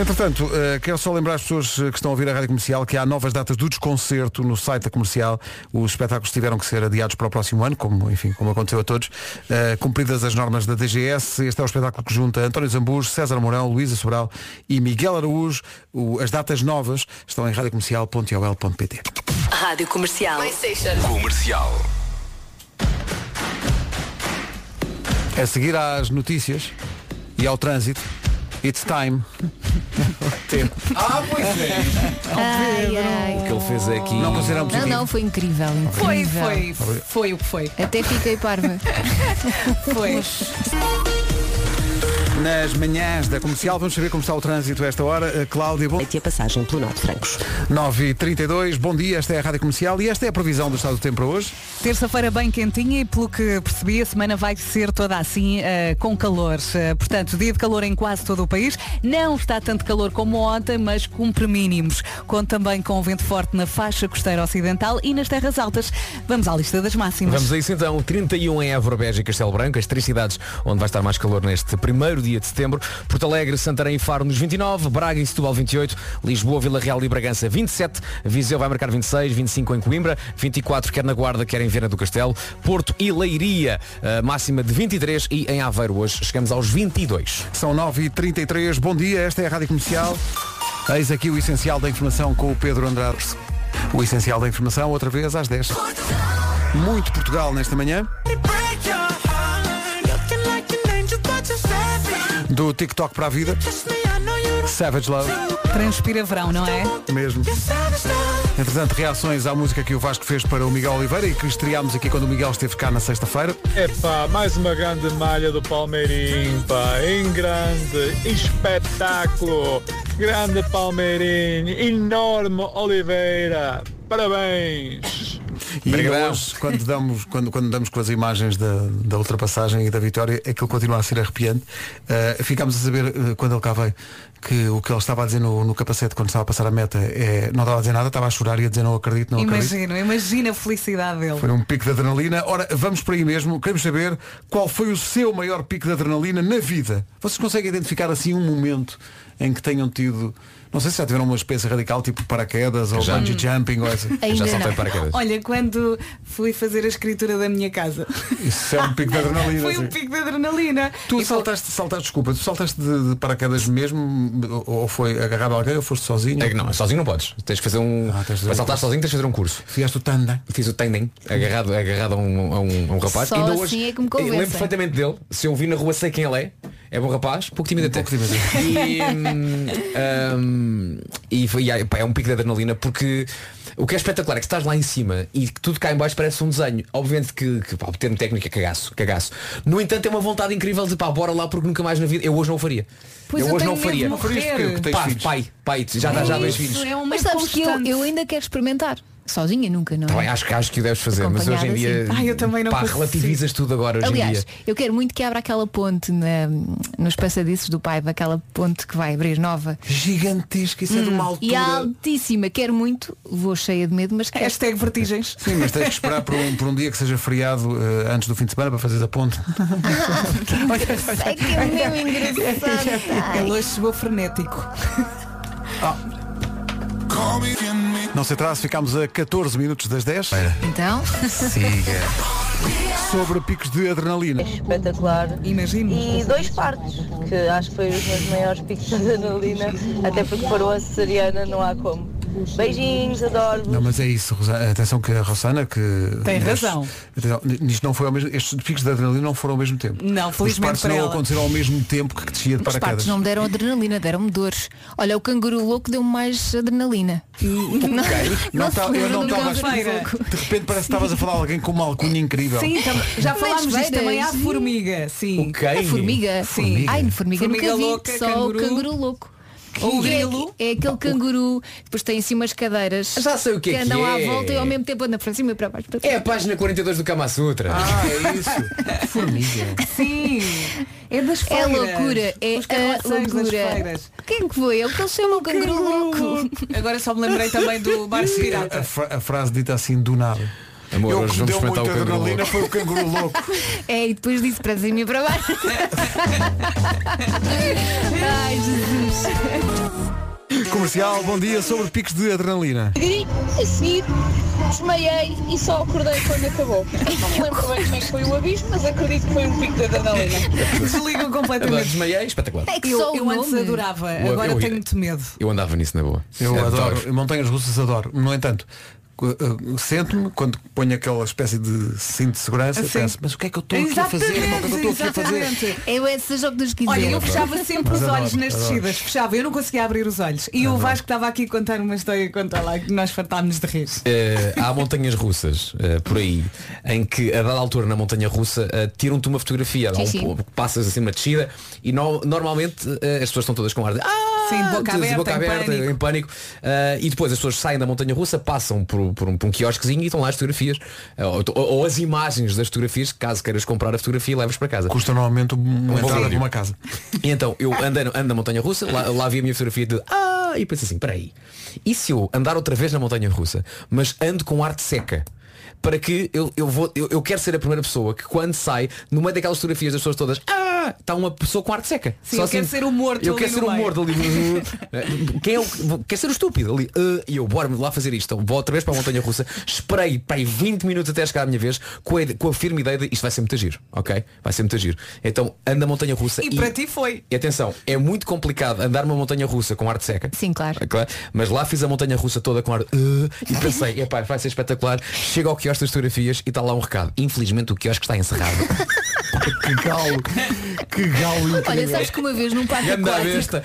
S1: Entretanto, eh, quero só lembrar as pessoas eh, que estão a ouvir a Rádio Comercial que há novas datas do desconcerto no site da Comercial. Os espetáculos tiveram que ser adiados para o próximo ano, como, enfim, como aconteceu a todos. Eh, Cumpridas as normas da DGS, este é o espetáculo que junta António Zambujo, César Mourão, Luísa Sobral e Miguel Araújo. O- as datas novas estão em radiocomercial.ol.pt
S10: Rádio Comercial.
S2: Comercial.
S1: A seguir às notícias e ao trânsito, it's time. Tempo.
S3: Ah, pois é.
S5: Ai, ai.
S3: O que ele fez aqui.
S1: Não consideramos
S5: Não, não, foi incrível.
S4: Foi,
S5: incrível.
S4: foi, foi o que foi.
S5: Até fiquei parva.
S4: Foi.
S1: Nas manhãs da comercial, vamos saber como está o trânsito a esta hora. A Cláudia, bom.
S6: E a passagem pelo Norte Francos.
S1: 9h32, bom dia, esta é a Rádio Comercial e esta é a previsão do estado do tempo para hoje.
S4: Terça-feira bem quentinha e pelo que percebi a semana vai ser toda assim eh, com calor. Eh, portanto, dia de calor em quase todo o país. Não está tanto calor como ontem, mas cumpre mínimos. Conto também com vento forte na faixa costeira ocidental e nas terras altas. Vamos à lista das máximas.
S3: um Vamos a isso então, 31 em Évora, Beja e Castelo Branco, as três cidades onde vai estar mais calor neste primeiro dia de setembro. Porto Alegre, Santarém e Faro nos 29, Braga e Setúbal 28, Lisboa, Vila Real e Bragança 27, Viseu vai marcar 26, 25 em Coimbra, 24 quer na Guarda, quer em Viana do Castelo, Porto e Leiria, eh, máxima de 23 e em Aveiro hoje chegamos aos 22.
S1: São 9h33, bom dia, esta é a Rádio Comercial. Eis aqui o essencial da informação com o Pedro Andrade. O essencial da informação, outra vez, às 10. Muito Portugal nesta manhã. Do TikTok para a vida. Savage Love.
S4: Transpira verão, não é?
S1: Mesmo. Entretanto, reações à música que o Vasco fez para o Miguel Oliveira e que estreámos aqui quando o Miguel esteve cá na sexta-feira.
S14: Epá, mais uma grande malha do Palmeirim, pá, em grande espetáculo. Grande Palmeirim, enorme Oliveira, parabéns.
S1: E ainda hoje, quando damos, quando, quando damos com as imagens da, da ultrapassagem e da vitória, aquilo continua a ser arrepiante. Uh, ficámos a saber, uh, quando ele cá veio, que o que ele estava a dizer no, no capacete quando estava a passar a meta é, não estava a dizer nada, estava a chorar e a dizer não acredito, não acredito.
S4: Imagino, imagina a felicidade dele.
S1: Foi um pico de adrenalina. Ora, vamos por aí mesmo. Queremos saber qual foi o seu maior pico de adrenalina na vida. Vocês conseguem identificar assim um momento em que tenham tido, não sei se já tiveram uma experiência radical, tipo paraquedas ou
S3: Já.
S1: bungee jumping ou essa.
S4: Ainda não. Olha, quando fui fazer a escritura da minha casa,
S1: Isso é um pico de adrenalina.
S4: foi
S1: sim.
S4: um pico de adrenalina.
S1: Tu saltaste, saltaste, desculpa, tu saltaste de, de paraquedas mesmo ou- ou foi agarrado a alguém ou foste sozinho?
S3: É que não, sozinho não podes. Tens que fazer um. Para saltar sozinho tens que fazer um curso.
S1: Fizeste o tandem.
S3: Fiz o tandem, agarrado, agarrado a um, a um, a um rapaz.
S5: Só
S3: Ainda
S5: assim
S3: hoje,
S5: é que me
S3: eu
S5: convencem.
S3: lembro perfeitamente dele. Se eu vi na rua sei quem ele é. É bom rapaz, pouco tímido até. E, hum, hum, e foi, e, pá, é um pico de adrenalina porque o que é espetacular é que estás lá em cima e que tudo cá em baixo parece um desenho. Obviamente que, que pá, o termo técnico é cagaço, cagaço. No entanto é uma vontade incrível de pá, bora lá porque nunca mais na vida. Eu hoje não o faria.
S5: Pois eu
S3: hoje
S5: tenho medo
S3: não o
S5: de
S3: faria.
S5: morrer. Não farias porque tens
S3: Pá,
S5: filhos.
S3: pai, pai, já dá já dois
S5: Isso,
S3: filhos.
S5: é um Mas sabes que eu, eu ainda quero experimentar. Sozinha nunca, não é?
S3: Tá bem, acho, que- acho que o deves fazer, mas hoje em
S5: Acompanhada,
S3: dia
S5: sim. Ai, eu também não
S3: pá,
S5: consigo.
S3: relativizas tudo agora hoje
S5: Aliás,
S3: em dia.
S5: eu quero muito que abra aquela ponte na- nos passadiços do Paiva, aquela ponte que vai abrir nova.
S1: Gigantesca, isso é de uma
S5: hum, E
S1: altura.
S5: altíssima, quero muito, vou cheia de medo, mas quero.
S4: Hashtag vertigens.
S1: Sim, mas tens que esperar por um, por um dia que seja feriado eh, antes do fim de semana para fazer a ponte.
S5: É que é mesmo engraçado.
S4: Ele hoje chegou frenético.
S1: Não se atrase, ficámos a 14 minutos das 10.
S5: Então?
S1: Siga. Sobre picos de adrenalina.
S12: espetacular.
S4: Imagino.
S12: E dois partos, que acho que foi os meus maiores picos de adrenalina, até porque parou a cesariana, não há como. Beijinhos, adoro-vos.
S1: Não, mas é isso, Rosana. Atenção que a Rosana que.
S4: Tem
S1: Mas-
S4: razão.
S1: Atenção, Isto não foi ao mesmo. Estes picos de adrenalina não foram ao mesmo tempo.
S4: Não,
S1: Os
S4: felizmente
S1: partos
S4: para
S1: não
S4: ela.
S1: aconteceram ao mesmo tempo que descia de
S5: Os
S1: paraquedas.
S5: partos não me deram adrenalina, deram-me dores. Olha, o canguru louco deu-me mais adrenalina. Não,
S1: Não tá- eu não
S5: do
S1: estava
S5: canguru louco.
S1: De repente parece que estavas a falar a alguém com uma alcunha incrível.
S4: Sim, tam- já
S1: é
S5: Mas
S4: falámos disto
S5: veiras,
S4: também. Há
S5: sim.
S4: formiga, sim.
S5: A É formiga?
S4: Sim.
S5: Ai, formiga,
S4: Formiga
S5: nunca vi,
S4: louca,
S5: só
S4: canguru.
S5: o canguru louco.
S4: Ou o
S5: E é-
S4: grilo.
S5: É, aquele canguru que depois tem assim umas cadeiras
S3: Já sei o que é que
S5: andam
S3: é.
S5: à volta e ao mesmo tempo anda para cima e para baixo. Para
S3: É a página 42 do Kama Sutra.
S1: Ah, é isso. Formiga.
S4: Sim. É das
S5: É
S4: feiras.
S5: loucura, é
S4: Os
S5: a
S4: carroceiros das
S5: loucura.
S4: feiras.
S5: Quem que foi? É o que eles chamam
S1: um
S5: canguru louco.
S4: Agora só me lembrei também do Barco
S1: Sim,
S4: Pirata.
S1: a, fra- a frase dita assim do nada.
S3: Amor,
S1: eu
S3: hoje
S1: que
S3: vamos
S1: deu muita
S3: experimentar o canguru
S1: adrenalina
S3: louco.
S1: foi o canguru louco.
S5: É, e depois disse para cima e para baixo. Ai, Jesus.
S1: Comercial, bom dia sobre picos de adrenalina.
S15: Peguei a seguir, desmaiei e só acordei quando acabou. Não me lembro bem como é que foi o aviso, mas acredito que foi um pico de adrenalina.
S4: Desligam
S3: Agora
S4: completamente.
S3: desmaiei, espetacular.
S1: É
S4: eu, eu antes adorava,
S3: Eu-
S4: agora
S3: eu-
S4: tenho muito medo.
S3: Eu andava nisso na boa.
S1: Eu adoro, montanhas russas adoro. No entanto, cu- uh, sento-me quando ponho aquela espécie de cinto de segurança,
S4: Assim.
S1: penso, mas o que é que eu estou aqui a fazer? Irmão, O que é que eu estou aqui a fazer?
S4: É
S5: Eu esse jogo dos 15
S4: Olha, eu
S5: euros.
S4: fechava sempre
S1: Mas
S4: os
S1: adoro,
S4: olhos nas
S1: adoro.
S4: descidas, fechava, eu não conseguia abrir os olhos. E o Vasco estava aqui a contar uma história, conta lá, que nós fartámos de rir.
S1: É,
S3: Eh, há montanhas russas eh, por aí em que a dada altura na montanha russa eh, tiram-te uma fotografia dá um
S4: Sim, sim.
S3: po- passas assim uma descida e no- normalmente eh, as pessoas estão todas com ar de ah!
S4: Sim, de boca
S3: de- de
S4: aberta, em
S3: boca aberta,
S4: pânico.
S3: em pânico Eh, e depois as pessoas saem da montanha russa passam por, por um, por um quiosquezinho e estão lá as fotografias Eh, ou, ou- ou as imagens das fotografias caso queiras comprar a fotografia levas para casa
S1: Custa normalmente uma
S3: Um
S1: entrada
S3: valor.
S1: de uma casa.
S3: e então eu andei, no- ando na montanha russa, lá, lá vi a minha fotografia de ah, e penso assim, peraí, e se eu andar outra vez na montanha russa, mas ando com arte seca? Para que eu, eu vou, eu, eu quero ser a primeira pessoa que quando sai, no meio daquelas fotografias das pessoas todas, ah,
S16: ah, está uma pessoa com arte seca. assim,
S4: Sim, eu quero ser o morto
S16: Eu
S4: ali
S16: quero
S4: no
S16: ser o
S4: meio.
S16: morto ali. Uh, uh, Quem é o, quer ser o estúpido ali. uh, E eu, bora-me lá fazer isto. Então, vou outra vez para a montanha russa. Esperei para aí 20 minutos até chegar à minha vez com a, ide- com a firme ideia de isto vai ser muito giro, ok? Vai ser muito giro. Então anda a montanha russa.
S4: E para ti foi.
S16: E atenção, é muito complicado andar uma montanha russa com arte seca.
S5: Sim, claro.
S16: É claro. Mas lá fiz a montanha russa toda com ar "Uh", e pensei, epá, vai ser espetacular. Chego ao quiosque das fotografias e está lá um recado. Infelizmente o quiosque está encerrado. que galo, que galo.
S5: Olha, sabes que uma vez num parque
S16: Ganda
S5: aquático
S16: besta.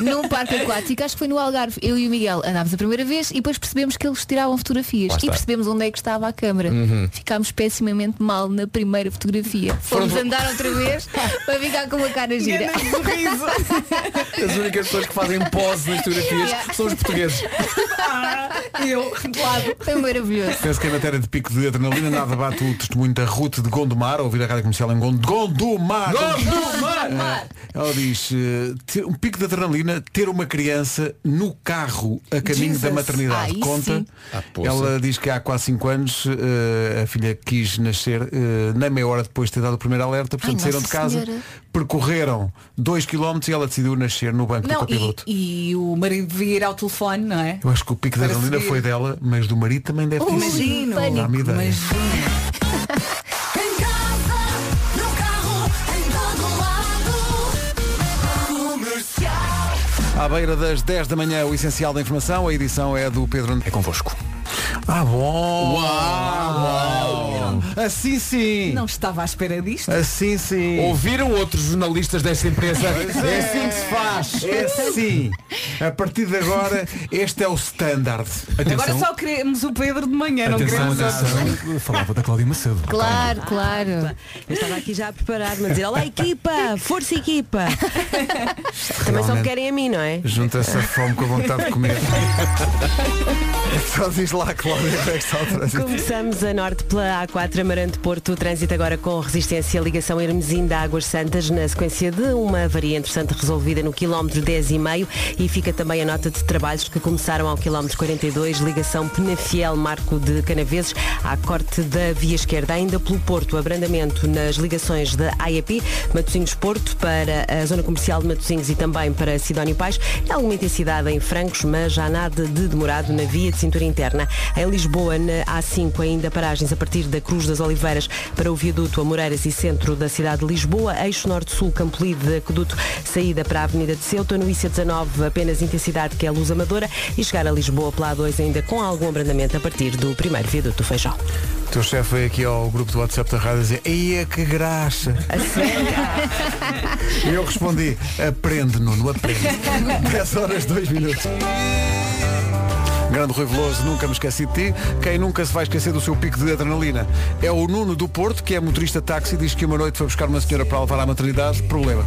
S5: Num parque aquático, acho que foi no Algarve Eu e o Miguel andámos a primeira vez E depois percebemos que eles tiravam fotografias
S16: Lá
S5: E
S16: está.
S5: percebemos onde é que estava a câmara
S16: Uhum.
S5: Ficámos pessimamente mal na primeira fotografia Fomos
S16: Foram-
S5: andar outra vez Para ficar com uma cara gira
S16: As únicas pessoas que fazem pose nas fotografias
S5: Yeah.
S16: são os portugueses.
S5: Eu, claro, foi maravilhoso
S1: Penso que em matéria de pico de adrenalina nada bate o testemunho da Ruth de Gondomar, a ouvir a rádio comercial em Gond- Gondomar.
S10: Gondomar!
S1: Eh, Ela diz, eh, ter um pico de adrenalina, ter uma criança no carro a caminho
S10: Jesus.
S1: da maternidade.
S10: Ah, isso
S1: Conta.
S10: sim.
S16: poça.
S1: Ela diz que há quase 5 anos eh, a filha quis nascer eh, na meia hora depois de ter dado o primeiro alerta, portanto
S4: Ai,
S1: saíram de
S4: Nossa
S1: casa,
S4: Senhora.
S1: percorreram 2 km e ela decidiu nascer no banco do
S4: Não,
S1: copiloto.
S4: e, e o marido devia ir ao telefone, não é?
S1: Eu acho que o pico de
S4: Para
S1: adrenalina
S4: seguir.
S1: foi dela, mas do marido também deve ter
S4: Ui,
S1: sido.
S4: imagino.
S1: Dá-me
S4: Pânico,
S1: ideia. À beira das 10 da manhã, o essencial da informação, a edição é do Pedro É convosco. Ah, bom! Uau! Assim sim!
S4: Não estava à espera disto.
S1: Assim sim!
S16: Ouviram outros jornalistas desta empresa?
S1: É
S16: É
S1: assim que se faz! É assim! A partir de agora, este é o standard.
S4: Agora só queremos o Pedro de manhã, não queremos outros.
S2: Falava da Cláudia Macedo.
S5: Claro, claro.
S6: Eu estava aqui já a preparar-me a dizer, olá equipa, força equipa. Também só me
S1: Realmente.
S6: querem a mim, não é?
S1: Junta-se a fome com a vontade de comer. só diz lá, Cláudia, como é que está o trânsito?
S6: Começamos a norte pela A4 Amarante Porto, trânsito agora com resistência à ligação Hermesinda a Águas Santas, na sequência de uma avaria interessante resolvida no quilómetro 10,5 e fica também a nota de trabalhos que começaram ao quilómetro 42, ligação Penafiel Marco de Canaveses à corte da via esquerda, ainda pelo Porto, abrandamento nas ligações da IAP, Matosinhos Porto para a zona comercial de Matosinhos e também para Sidónio Pais, e alguma intensidade em Francos, mas já nada de demorado na via de cintura interna. Em Lisboa, na A5, ainda paragens a partir da Cruz das Oliveiras para o viaduto a Moreiras e centro da cidade de Lisboa, eixo norte-sul, Campolide de Aqueduto, saída para a Avenida de Ceuta, no IC19 apenas intensidade que é a luz amadora e chegar a Lisboa pela A2 ainda com algum abrandamento a partir do primeiro viaduto do Feijó.
S1: O teu chefe veio aqui ao grupo do WhatsApp da rádio dizer, eia que graxa! E eu respondi, aprende Nuno, aprende. 10 horas, 2 minutos. Grande Rui Veloso, nunca me esqueci de ti. Quem nunca se vai esquecer do seu pico de adrenalina é o Nuno do Porto, que é motorista de táxi, diz que uma noite foi buscar uma senhora para a levar à maternidade. Problema.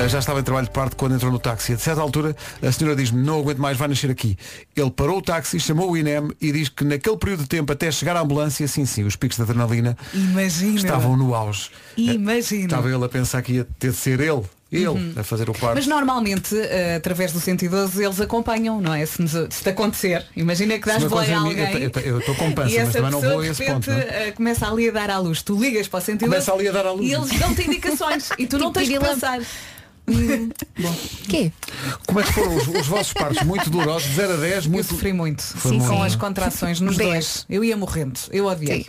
S1: Ah, Já estava em trabalho de parte quando entrou no táxi. A certa altura, a senhora diz-me, não aguento mais, vai nascer aqui. Ele parou o táxi, chamou o INEM e diz que naquele período de tempo, até chegar à ambulância, sim, sim, os picos de adrenalina
S4: Imagina.
S1: estavam no auge.
S4: Imagina.
S1: Estava ele a pensar que ia ter de ser ele, ele, a fazer o parto.
S4: Uhum. Mas normalmente, eh, através do 112, eles acompanham, não é? Se, nos, se te acontecer. Imagina que
S1: Se
S4: dás
S1: me
S4: boleia a
S1: acontecer a mim,
S4: alguém.
S1: eu te- eu estou com pança,
S4: e essa
S1: mas também não
S4: pessoa,
S1: vou a esse
S4: de repente,
S1: ponto, né? não
S4: eh, começa ali a dar à luz. Tu ligas para o 112
S1: Começa ali a dar à luz.
S4: e eles dão-te indicações e tu não tens de pensar.
S5: Quê?
S1: Como é que foram os, os vossos partos? Muito dolorosos, de 0 a 10, muito...
S4: Eu sofri muito.
S1: Foi
S4: sim,
S1: muito.
S4: com as contrações nos dois. Eu ia morrendo. Eu odiei.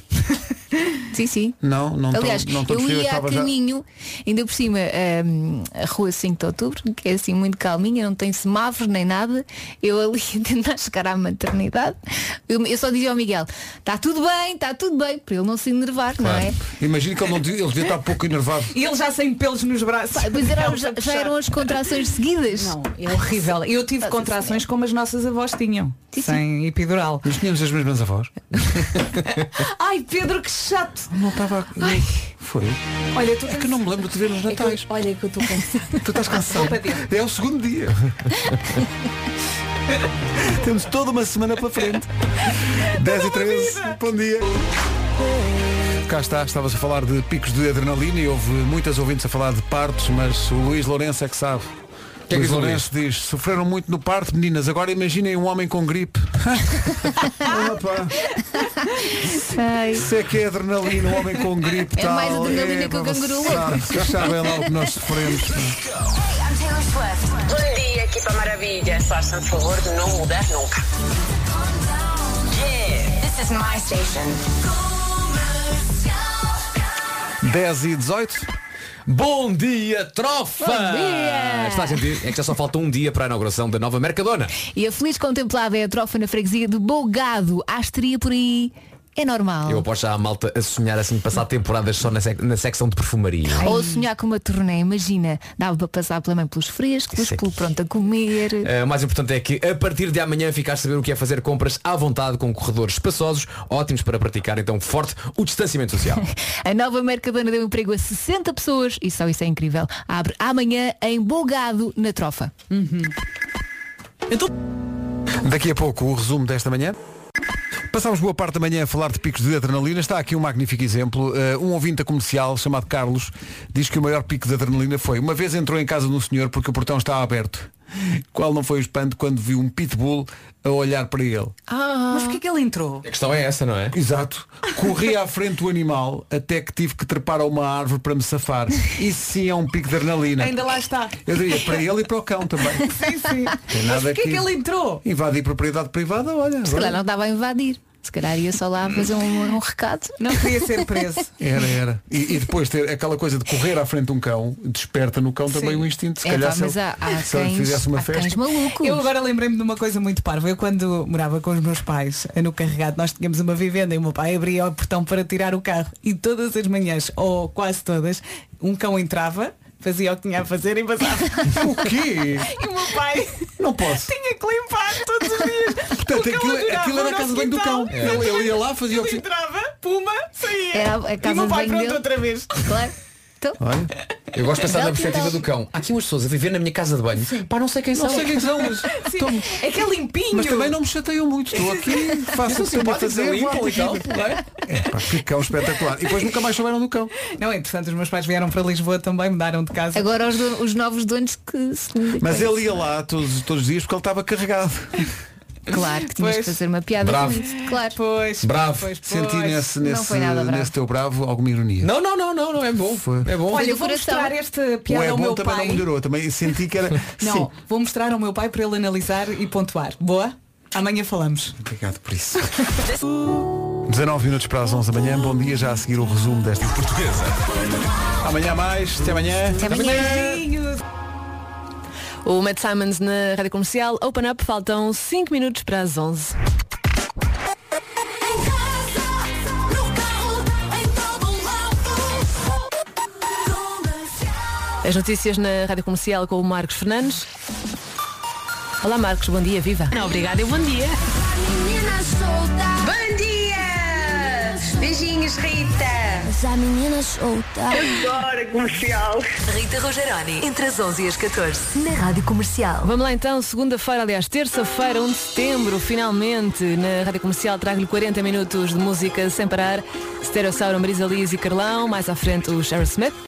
S5: Sim, sim.
S1: Não, não estou-
S5: Aliás,
S1: não estou
S5: eu
S1: possível,
S5: ia a
S1: estava já-
S5: caminho, ainda por cima, hum, a rua 5 de Outubro, que é assim muito calminha, não tem semáforos nem nada. Eu ali a tentar chegar à maternidade. Eu, eu só dizia ao Miguel, está tudo bem, está tudo bem, para ele não se enervar,
S1: Claro.
S5: não é?
S1: Imagino que ele, não, devia- ele devia estar pouco enervado.
S4: E ele já sem pelos nos braços.
S5: Pá, Pois eram, já, já eram as contrações seguidas.
S4: Não, é horrível. Eu tive contrações como as nossas avós tinham. Sem epidural.
S1: Nós tínhamos as mesmas avós.
S4: Ai, Pedro, que chato.
S1: Não estava.
S4: Ai,
S1: Foi.
S4: olha, tu
S1: É que eu não me lembro de te ver nos Natais.
S4: olha que eu estou cansada.
S1: Tu estás cansado.
S4: Desculpa, Diogo.
S1: É o segundo dia. Temos toda uma semana para frente. 10 e 13, bom dia. Cá está, estavas a falar de picos de adrenalina e houve muitas ouvintes a falar de partos, mas o Luís Lourenço é que sabe. Que é que
S17: Luís
S1: Lourenço diz, sofreram muito no parto, meninas, agora imaginem um homem com gripe. Opa. Isso é que é adrenalina, um homem com gripe
S5: É
S1: tal.
S5: mais adrenalina que o
S1: para
S5: canguru.
S1: vocês saberem- Vocês sabem lá o que nós sofremos.
S6: Bom dia, equipa maravilha. Façam favor de não mudar nunca. Yeah, this is my station.
S1: 10 e 18.
S3: Bom dia, trofa!
S5: Bom dia!
S3: Está a sentir? É que já só falta um dia para a inauguração da nova Mercadona.
S5: E a feliz contemplada é a trofa na freguesia de Bogado. A histeria por aí é
S1: Ah.
S5: normal.
S3: Eu aposto já a malta a sonhar assim, passar temporadas só na, sec- na secção de perfumaria.
S5: Ou sonhar com uma turnê, imagina, dava para passar pela mãe pelos
S1: é
S5: frescos, pelo pronto a comer.
S3: Uh, o mais importante é que a partir de amanhã ficar a saber o que é fazer compras à vontade com corredores espaçosos, ótimos para praticar então forte o distanciamento social.
S5: A nova Mercadona deu emprego a 60 pessoas e só isso é incrível. Abre amanhã em Bogado, na Trofa.
S1: Daqui a pouco o resumo desta manhã. Passámos boa parte da manhã a falar de picos de adrenalina. Está aqui um magnífico exemplo. Uh, um ouvinte a comercial chamado Carlos diz que o maior pico de adrenalina foi uma vez entrou em casa de um senhor porque o portão estava aberto. Qual não foi o espanto quando viu um pitbull a olhar para ele?
S4: Mas porquê que ele entrou?
S3: A questão é essa, não é?
S1: Exato. Corri à frente do animal até que tive que trepar a uma árvore para me safar. Isso sim é um pico de adrenalina.
S4: Ainda lá está.
S1: Eu diria para ele e para o cão também.
S4: Sim, sim.
S1: Tem
S4: Mas
S1: nada
S4: porquê
S1: é que-
S4: que ele entrou?
S1: Invadir propriedade privada, olha.
S5: Se calhar
S1: olha.
S5: não estava a invadir. Se calhar ia só lá fazer um, um recado.
S4: Não queria ser preso.
S1: Era, era. E, e depois ter aquela coisa de correr à frente de um cão, desperta no cão também o instinto. Se
S5: É,
S1: calhar
S5: pá,
S1: se,
S5: mas
S1: ele,
S5: há- há
S1: se ele
S5: cães-
S1: fizesse uma
S5: há
S1: festa.
S5: cães malucos.
S4: Eu agora lembrei-me de uma coisa muito parva. Eu quando morava com os meus pais eh, no carregado, nós tínhamos uma vivenda e o meu pai abria o portão para tirar o carro. E todas as manhãs, ou quase todas, um cão entrava, fazia o que tinha a fazer e passava.
S1: O quê?
S4: E o meu pai
S1: Não posso.
S4: tinha que limpar todos os dias.
S1: Portanto,
S4: O cão
S1: aquilo- é-
S4: adorava
S1: aquilo era
S4: o
S1: a casa de
S4: nosso
S1: banho do
S4: quintal.
S1: cão. É. Ele- ele ia lá, fazia o
S4: Ele
S1: que-
S4: entrava, puma, saía.
S5: Era a
S4: e o
S5: casa
S4: meu
S5: de
S4: pai
S5: banho
S4: pronto
S5: dele.
S4: outra vez.
S5: Claro.
S1: Olha,
S3: eu gosto de pensar na
S5: Belo
S3: perspectiva
S5: quintal.
S3: do cão. Há aqui umas pessoas a viver na minha casa de banho. Pá, não sei quem
S1: Não
S3: são.
S1: sei quem são, mas,
S4: Sim,
S1: tô-
S4: É que é limpinho.
S1: mas também não me chateiam um muito. Estou aqui, faço o que tenho a fazer. vá,
S3: é?
S1: Pá, que cão espetacular. E depois nunca mais souberam do cão.
S4: Não, entretanto, os meus pais vieram para Lisboa também, mudaram de casa.
S5: Agora os, do- os novos donos que se
S1: Mas ele ia lá todos, todos os dias porque ele estava carregado.
S5: Claro que tinhas
S4: Pois.
S5: de fazer uma piada
S1: Bravo.
S5: com isso, claro.
S4: Pois,
S1: Bravo.
S4: pois, pois.
S1: Senti nesse,
S5: Não
S1: nesse,
S5: foi nada bravo.
S1: nesse teu bravo alguma ironia.
S3: Não, não, não, não, não é bom. É bom.
S4: Olha,
S5: Foi
S4: eu
S5: do
S4: vou
S5: coração.
S4: mostrar esta
S1: O
S4: piada
S1: é
S4: ao
S1: bom
S4: meu
S1: também não
S4: pai.
S1: melhorou. Também senti que era.
S4: Não,
S1: Sim.
S4: vou mostrar ao meu pai para ele analisar e pontuar. Boa? Amanhã falamos.
S1: Obrigado por isso. 19 minutos para as 11 da manhã. Bom dia, já a seguir o resumo desta portuguesa. Amanhã mais, até amanhã.
S10: Até amanhã.
S4: Beijinhos.
S10: O Matt Simons na Rádio Comercial. Open Up, faltam 5 minutos para as 11. As notícias na Rádio Comercial com o Marcos Fernandes. Olá Marcos, bom dia, viva. Não, obrigada e bom dia.
S18: Menina solta.
S6: Bom dia! Beijinhos, Rita!
S18: Mas a menina solta.
S6: Adoro comercial! Rita Rogeroni, entre as 11 e as 14, na Rádio Comercial.
S10: Vamos lá então, segunda-feira, aliás, terça-feira, 1 de setembro, finalmente, na Rádio Comercial, trago-lhe 40 minutos de música sem parar. Stereossauro, Marisa Liz e Carlão, mais à frente os Aerosmith.